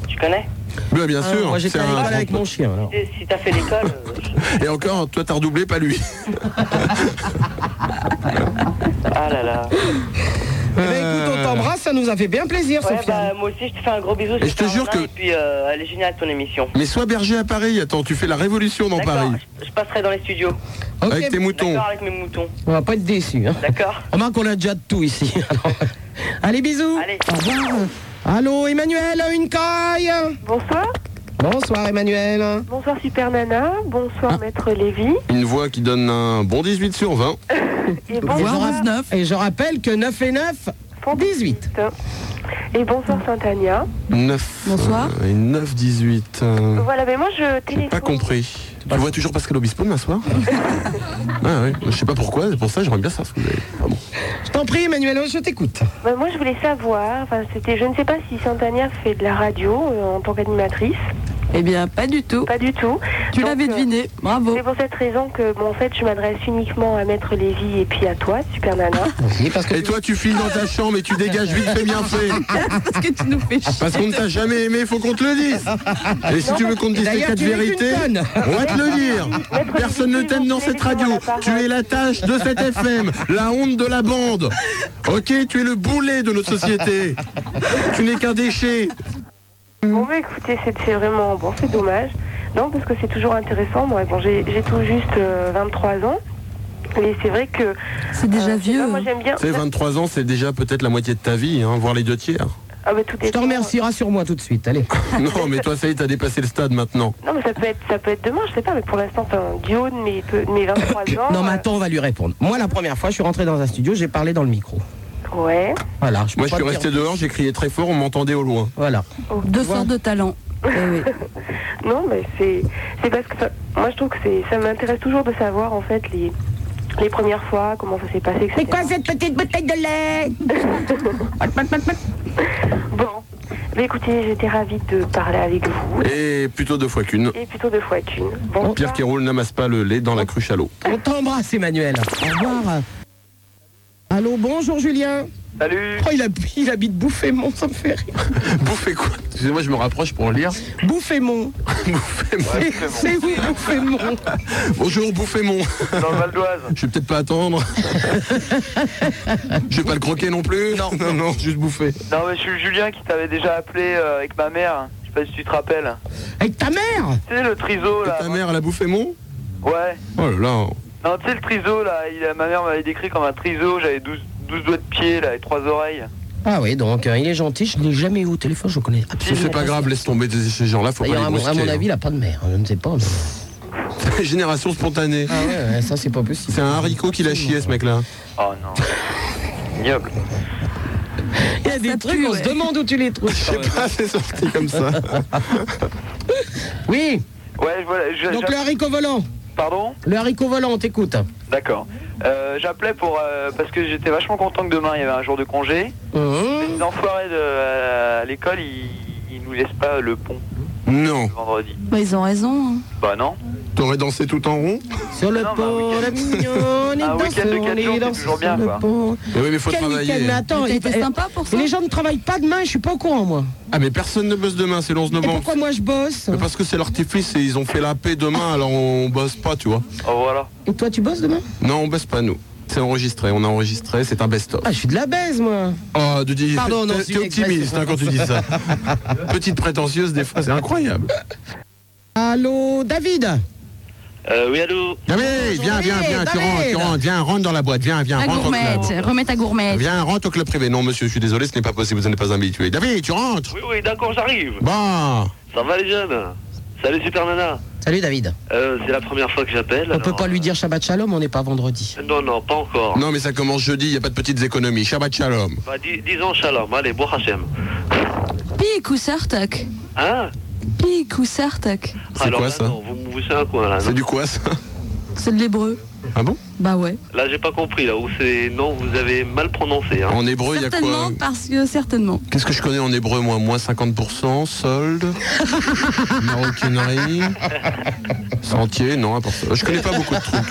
Tu connais
Bah, Bien
Ah,
sûr.
Moi, j'étais
c'est
à l'école
un-
avec mon chien, alors.
Si si t'as fait l'école, euh, je-
Et encore, toi t'as redoublé, pas lui.
ah là là.
Eh ben, écoute, on t'embrasse, ça nous a fait bien plaisir,
Ouais,
Sofiane.
bah, moi aussi, je te fais un gros bisou.
Et je te
Super
jure
Nana,
que-
Et puis, euh, elle est géniale ton émission.
Mais sois berger à Paris, attends, tu fais la révolution dans
D'accord,
Paris.
je, je passerai dans les studios.
Ok,
Avec tes moutons.
D'accord, avec mes moutons.
on va pas être déçus. Hein.
D'accord
Remarque qu'on a déjà de tout ici. alors. Allez, bisous. Au revoir. Allô, Emmanuel, une caille
Bonsoir.
Bonsoir, Emmanuel.
Bonsoir Super Nana, bonsoir Maître Lévy.
Une voix qui donne un bon 18 sur 20.
Et bonsoir,
Et je rappelle que 9 et 9, 18.
Et bonsoir Saint-Ania.
9.
Bonsoir.
euh, Et 9, 18.
Mmh.
euh,
Voilà, mais moi je
j'ai
téléphone.
pas compris. Tu vois toujours Pascal Obispo le soir Ah oui, je sais pas pourquoi, c'est pour ça j'aimerais bien ça.
Je t'en prie, Emmanuel, je t'écoute.
Bah, moi je voulais savoir, enfin, c'était, je ne sais pas si Saint-Ania fait de la radio euh, en tant qu'animatrice.
Eh bien, pas du tout.
Pas du tout. euh,
Tu l'avais deviné, bravo.
C'est pour cette raison que, bon, en fait, je m'adresse uniquement à Maître Lévy et puis à toi, Super Nana.
et toi tu files dans ta chambre et tu dégages vite fait bien fait.
Parce que tu nous fais
Ah, Parce qu'on ne t'a jamais aimé, faut qu'on te le dise. Et si tu veux qu'on te dise
Et
tes
d'ailleurs,
quatre
tu n'es
vérités,
qu'une conne.
on va te le dire. Personne ne t'aime dans cette radio. Tu es la tâche de cette FM, la honte de la bande. Ok, tu es le boulet de notre société. Tu n'es qu'un déchet.
Mmh.
Bon, bah, écoutez, c'est c'est vraiment. Bon, c'est dommage. Non, parce que c'est toujours intéressant. Moi, bon, j'ai j'ai tout juste euh, 23 ans. Mais c'est vrai que. euh,
C'est déjà
vieux. moi, j'aime bien.
Tu sais, 23 ans, c'est déjà peut-être la moitié de ta vie, hein, voire les deux tiers.
Ah, bah, tout
Je te remercieras sur moi tout de suite, allez.
Non, mais toi, ça y est, t'as dépassé le stade maintenant.
Non, mais ça peut être, ça peut être demain, je sais pas, mais pour l'instant, enfin, du haut de mes, peu- de mes 23 ans.
Non, mais attends, on va lui répondre. Moi, la première fois, je suis rentré dans un studio, j'ai parlé dans le micro.
Ouais.
Voilà,
Moi, je suis resté dehors, j'ai crié très fort, on m'entendait au loin.
Voilà.
Deux sortes de talents. Eh
non, mais c'est, c'est parce que ça- moi, je trouve que c'est, ça m'intéresse toujours de savoir, en fait, les, les premières fois, comment ça s'est passé, etc.
C'est quoi cette petite bouteille de lait
Bon. Bah, écoutez, j'étais ravie de parler avec vous.
Et plutôt deux fois qu'une.
Et plutôt deux fois qu'une. Bon,
Pierre Kéroul n'amasse pas le lait dans la cruche à l'eau.
On t'embrasse, Emmanuel. Au revoir. Allô, bonjour, Julien.
Salut.
Oh, il, hab- il habite Bouffémont, ça me fait rire.
Bouffez quoi Excusez-moi, je me rapproche pour lire.
Bouffémont.
Bouffémont.
C'est- C'est où Bouffémont
Bonjour, Bouffémont.
Dans le Val d'Oise.
Je vais peut-être pas attendre. je vais pas le croquer non plus. Non, non, juste bouffer.
Non, mais je suis Julien qui t'avait déjà appelé euh, avec ma mère. Je sais pas si tu te rappelles.
Avec ta mère
Tu sais, le triso là.
Ta mère, elle a bouffé mon
Ouais.
Oh là là.
Non, tu sais, le triso là, il, ma mère m'avait décrit comme un triso. J'avais 12, 12 doigts de pied là et 3 oreilles.
Ah oui, donc euh, il est gentil, je ne l'ai jamais eu au téléphone, je le connais
Mais
absolument
C'est pas grave, laisse tomber des- ces gens-là, faut pas les
D'ailleurs, à, mon- à
brusquer. hein.
mon avis, Bah, il n'a pas de mère, hein, je ne sais pas. mais-
Génération spontanée. Ah
ouais, ça c'est pas possible.
C'est un haricot qui l'a chié ce mec-là.
Oh non. Ignoble.
Il y a des trucs, on se demande où tu les trouves. Je
sais pas, Ah, c'est sorti comme ça.
oui,
Ouais, voilà. je-
donc
j'a-
le haricot volant.
Pardon
Le haricot volant, on t'écoute.
D'accord. Euh, J'appelais pour euh, parce que j'étais vachement content que demain il y avait un jour de congé. Les enfoirés de euh, à l'école, ils, ils nous laissent pas le pont.
Non.
Vendredi.
Bah, ils ont raison.
Bah non. Ah
T'aurais dansé tout en rond
Sur le pont, la mignonne,
Un
il danse,
week-end de
on
quatre jours,
est
c'est
dans
toujours
sur
bien,
le
quoi.
pont.
Mais Eh oui, mais faut
Quel
travailler.
week-end, mais attends,
Mais t'as
il-
été
eh,
sympa pour
mais les gens ne travaillent pas demain, je suis pas au courant, moi.
Ah mais personne ne bosse demain, c'est le 11
Et
novembre.
pourquoi moi je bosse
Mais Parce que c'est l'artifice et ils ont fait la paix demain, alors on bosse pas, tu vois.
Oh voilà.
Et toi, tu bosses demain
Non, on bosse pas nous. C'est enregistré, on a enregistré, c'est un best-of.
Ah, je suis de la baise, moi.
Oh, de dire-
Pardon, non,
t'es-
c'est
t'es
une express,
optimiste
c'est
hein, quand tu dis ça. Petite prétentieuse des fois, c'est incroyable.
Allô, David
Euh, oui, allô
Non mais viens, viens, viens, tu
David.
rentres, tu rentres, viens, rentre dans la boîte, viens, viens,
À
rentre au
gourmette,
club.
remets ta gourmette.
Viens, rentre au club privé. Non monsieur, je suis désolé, ce n'est pas possible, vous n'êtes pas habitué. David, tu rentres
Oui, oui, d'accord, j'arrive.
Bon
Ça va les jeunes Salut Super Nana.
Salut, David.
Euh, c'est la première fois que j'appelle.
On peut pas lui dire Shabbat Shalom, on n'est pas vendredi.
Non, non, pas encore.
Non mais ça commence jeudi, il n'y a pas de petites économies. Shabbat shalom.
Bah, dis- disons shalom, allez, bon Hachem.
Pique ou sartac
Hein Ah, bah
Pique ou sartac
C'est quoi ça
Vous me poussez un coin là. non
C'est du quoi ça
C'est de l'hébreu.
Ah bon
Bah ouais.
Là, j'ai pas compris, là, où c'est. Non, vous avez mal prononcé. Hein.
En hébreu, il y a
Certainement,
quoi euh
parce que certainement.
Qu'est-ce que je connais en hébreu, moi Moins 50%, solde, maroquinerie, sentier, non, à part ça. Je connais pas beaucoup de trucs.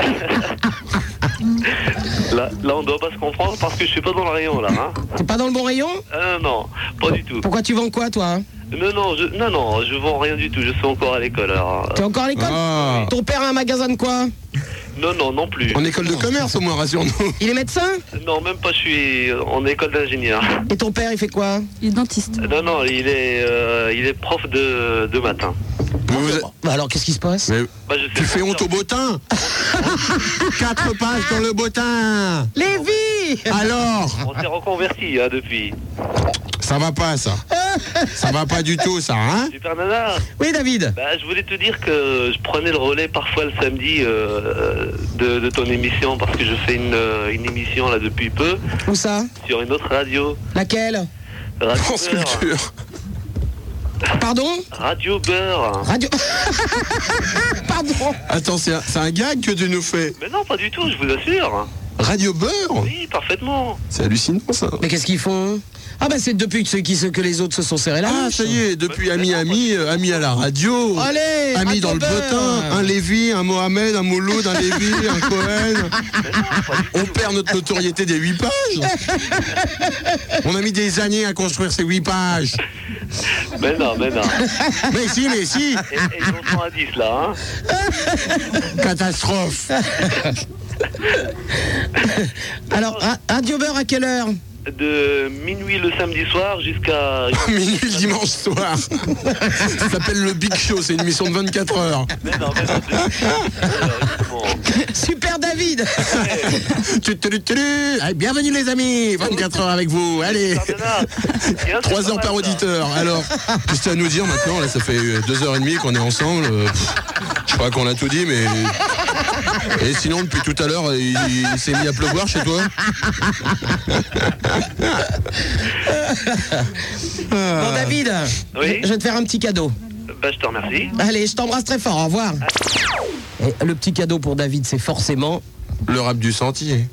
euh
Là, là, on doit pas se comprendre parce que je suis pas dans le rayon, là. Hein.
T'es pas dans le bon rayon
Euh, non, pas du tout.
Pourquoi tu vends quoi, toi hein
Non, non, je, non, non, je vends rien du tout, je suis encore à l'école, alors.
T'es encore à l'école
Ah.
Ton père a un magasin de quoi
Non, non, non plus.
En école de commerce, au moins, rassure-nous.
Il est médecin
Non, même pas, je suis en école d'ingénieur.
Et ton père, il fait quoi
Il est dentiste.
Non, non, il est, euh, il est prof de, de matin. Bah,
Vous
Bah,
alors, qu'est-ce qui se passe
Tu fais honte au bottin Quatre pages dans le bottin
Lévi
Alors
On s'est reconverti hein, depuis.
Ça va pas, ça. Ça va pas du tout, ça, hein
Super Nana
Oui, David
bah, Je voulais te dire que je prenais le relais parfois le samedi euh, de, de ton émission parce que je fais une, euh, une émission là depuis peu
Où ça
sur une autre radio.
Laquelle
Radio
France
Beurre.
Culture. Pardon
Radio Beurre.
Radio. Pardon
Attends, c'est un, c'est un gag que tu nous fais
Mais non, pas du tout, je vous assure.
Radio Beurre
Oui, parfaitement.
C'est hallucinant, ça.
Mais qu'est-ce qu'ils font Ah, bah, c'est depuis que, ceux qui, ceux que les autres se sont serrés là.
Ah, ça y est, depuis ami, ami, euh, ami à la radio,
Allez,
ami dans le
Radio
bottin, un Lévi, un Mohamed, un Mouloud, un Lévi, un Cohen. On perd notre notoriété des 8 pages. On a mis des années à construire ces 8 pages.
Mais Ben non, mais non.
Mais si, mais si.
Et, et
Ah,
ils en sont à 10 là. Hein.
Catastrophe.
Alors, ra- Radio Beurre à quelle heure
De minuit le samedi soir jusqu'à.
Minuit le dimanche soir. Ça s'appelle le Big Show, c'est une émission de 24 heures.
Super David
Tu, tu, tu, tu. Allez, Bienvenue les amis, 24 heures avec vous, allez 3 heures par auditeur, alors juste à nous dire maintenant, là ça fait 2 heures et demie qu'on est ensemble, euh, pff, je crois qu'on a tout dit mais... Et sinon depuis tout à l'heure il, il s'est mis à pleuvoir chez toi
Bon, David,
Oui.
je je vais te faire un petit cadeau.
Bah, je te remercie.
Allez, je t'embrasse très fort, au revoir.
Et le petit cadeau pour David, c'est forcément.
Le rap du sentier.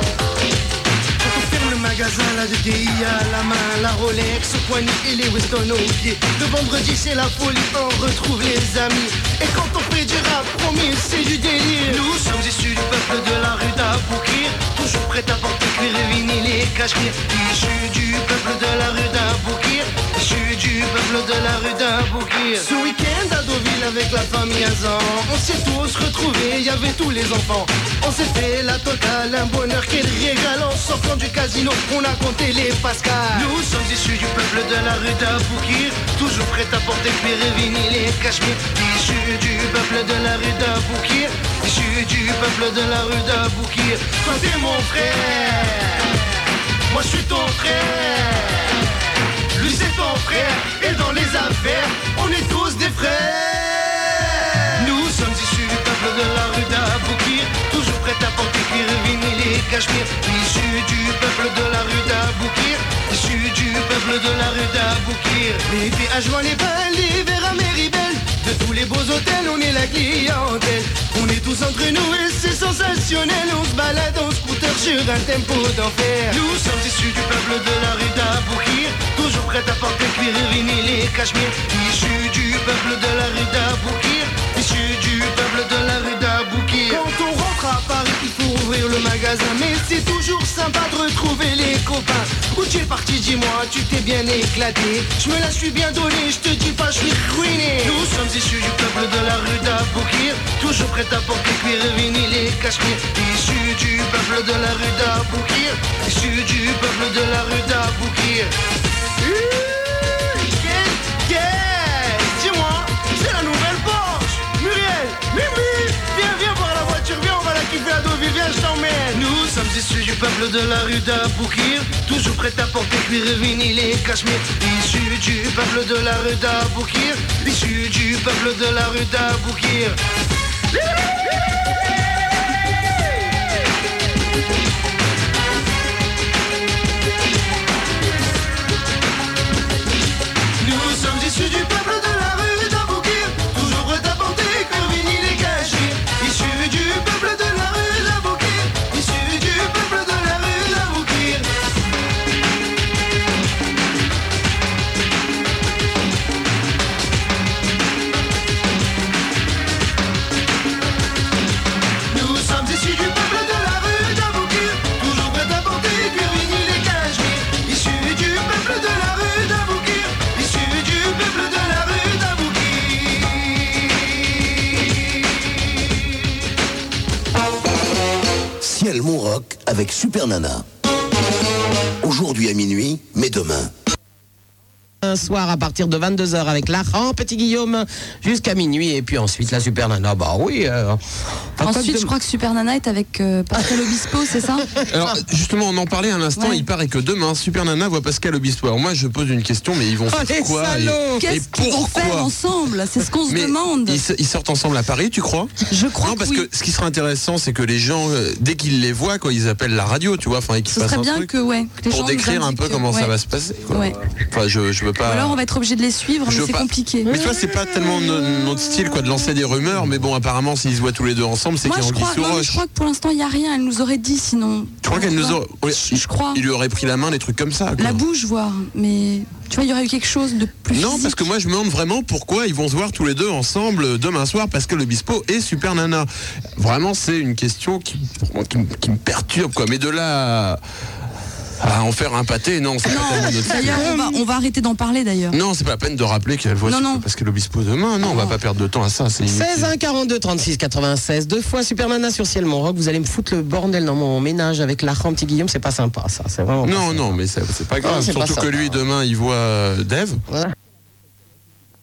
Quand on ferme le magasin, la DDI à la main, la Rolex au poignet et les Weston au pied. Le vendredi, c'est la folie, on retrouve les amis. Et quand on fait du rap, promis, c'est du délire. Nous sommes issus du peuple de la rue d'Aboukir, toujours prêt à porter cuir et vinyle et cachemire. Issus du peuple de la rue d'Aboukir, issus du peuple de la rue d'Aboukir. Ce week-end à Deauville avec la famille Azan, on s'est tous retrouvés, il y avait tous les enfants. On s'est fait la totale, un bonheur qu'elle régale En sortant du casino, on a compté les pascals Nous sommes issus du peuple de la rue d'Aboukir Toujours prêt à porter cuir et vinyle et cachemire Issus du peuple de la rue d'Aboukir Issus du peuple de la rue d'Aboukir Toi t'es mon frère Moi je suis ton frère Lui c'est ton frère Et dans les affaires, on est tous des frères Nous sommes issus du peuple de la rue d'Aboukir Toujours prêt à porter cuir, vinyle et cachemire Issus du peuple de la rue d'Aboukir Issus du peuple de la rue d'Aboukir L'été à joint les bains, l'hiver à Méribel De tous les beaux hôtels, on est la clientèle On est tous entre nous et c'est sensationnel On se balade en scooter sur un tempo d'enfer Nous sommes issus du peuple de la rue d'Aboukir Toujours prêt à porter cuir, vinyle et cachemire Issus du peuple de la rue d'Aboukir Issus du peuple de la rue d'Aboukir Quand on rentre à Paris, il faut ouvrir le magasin Mais c'est toujours sympa de retrouver les copains Où tu es parti, dis-moi, tu t'es bien éclaté Je me la suis bien donnée, je te dis pas, je suis ruiné Nous sommes issus du peuple de la rue d'Aboukir Toujours prêt à porter cuir, vinyle et cachemire Issus du peuple de la rue d'Aboukir Issus du peuple de la rue d'Aboukir Yeah, yeah. Dis-moi, c'est la nouvelle Porsche Muriel, Mimi, viens, viens voir la voiture, viens, on va la kiffer à Deauville, viens, je t'emmène Nous sommes issus du peuple de la rue d'Aboukir Toujours prêt à porter cuir, vinyle et cachemire Issus du peuple de la rue d'Aboukir Issus du peuple de la rue d'Aboukir Nous sommes issus du peuple de la rue d'Aboukir Toujours prêt à porter cuir, vinyle et cachemire Issus du peuple de la rue d'Aboukir Issus du peuple de la rue d'Aboukir Lionel Monrock avec Super Nana. Aujourd'hui à minuit, mais demain.
Un soir à partir de 22h avec Laurent, petit Guillaume, jusqu'à minuit. Et puis ensuite, la super nana. Bah oui. euh,
Ah,
enfin,
Ensuite,
quoi
je crois que Super Nana est avec euh, Pascal Obispo, c'est ça
Alors justement, on en parlait un instant.
Ouais.
Il paraît que demain, Super Nana voit Pascal Obispo. Alors moi, je pose une question, mais ils vont
Oh,
faire
les
quoi et-
salauds
et,
Qu'est-ce qu'ils vont
pourquoi
faire ensemble C'est ce qu'on se
Mais
demande.
Ils, se- ils sortent ensemble à Paris, tu crois
Je crois
Non, parce
que oui.
que ce qui serait intéressant, c'est que les gens, euh, dès qu'ils les voient, quoi, ils appellent la radio, tu vois, enfin, et qu'ils
Ce
fassent
serait
un
bien
truc
que, ouais, que les gens
pour
nous
décrire un peu
indiquent,
comment ça
ouais.
va se passer. quoi.
Ouais.
Enfin, je, je veux
Ou
pas.
alors on va être obligé de les suivre,
Je
mais
veux
c'est
pas-
compliqué.
Mais tu vois, c'est pas tellement no- notre style quoi de lancer des rumeurs, mais bon, apparemment, s'ils se voient tous les deux ensemble, c'est
Moi,
qu'il y a
je
Anguille
crois,
sous
non, mais
roche.
je crois que pour l'instant, il n'y a rien. Elle nous aurait dit sinon.
Tu crois qu'elle nous aurait. Je
crois.
Il lui aurait pris la main, des trucs comme ça. quoi.
La bouche, voire. Mais tu vois, il y aurait eu quelque chose de plus.
Non, parce que moi je me demande vraiment pourquoi ils vont se voir tous les deux ensemble euh, demain soir parce que le bispo est super nana. Vraiment, c'est une question qui, qui me- qui me perturbe quoi. Mais de là à, à en faire un pâté, non, Ah, c'est pas tellement notre style.
D'ailleurs, on va, on va arrêter d'en parler d'ailleurs.
Non, c'est pas la peine de rappeler qu'elle voit
Non,
super-
non.
parce que le bispo demain. Non, on va pas perdre de temps à ça. C'est inutile.
16 1 42 36 96 deux fois Super Nana sur ciel mon rock vous allez me foutre le bordel dans mon ménage avec Laurent petit Guillaume c'est pas sympa ça c'est vraiment pas
Non, non, mais c'est c'est pas grave.
c'est pas
Surtout
ça.
que lui, demain, il voit euh, Dave.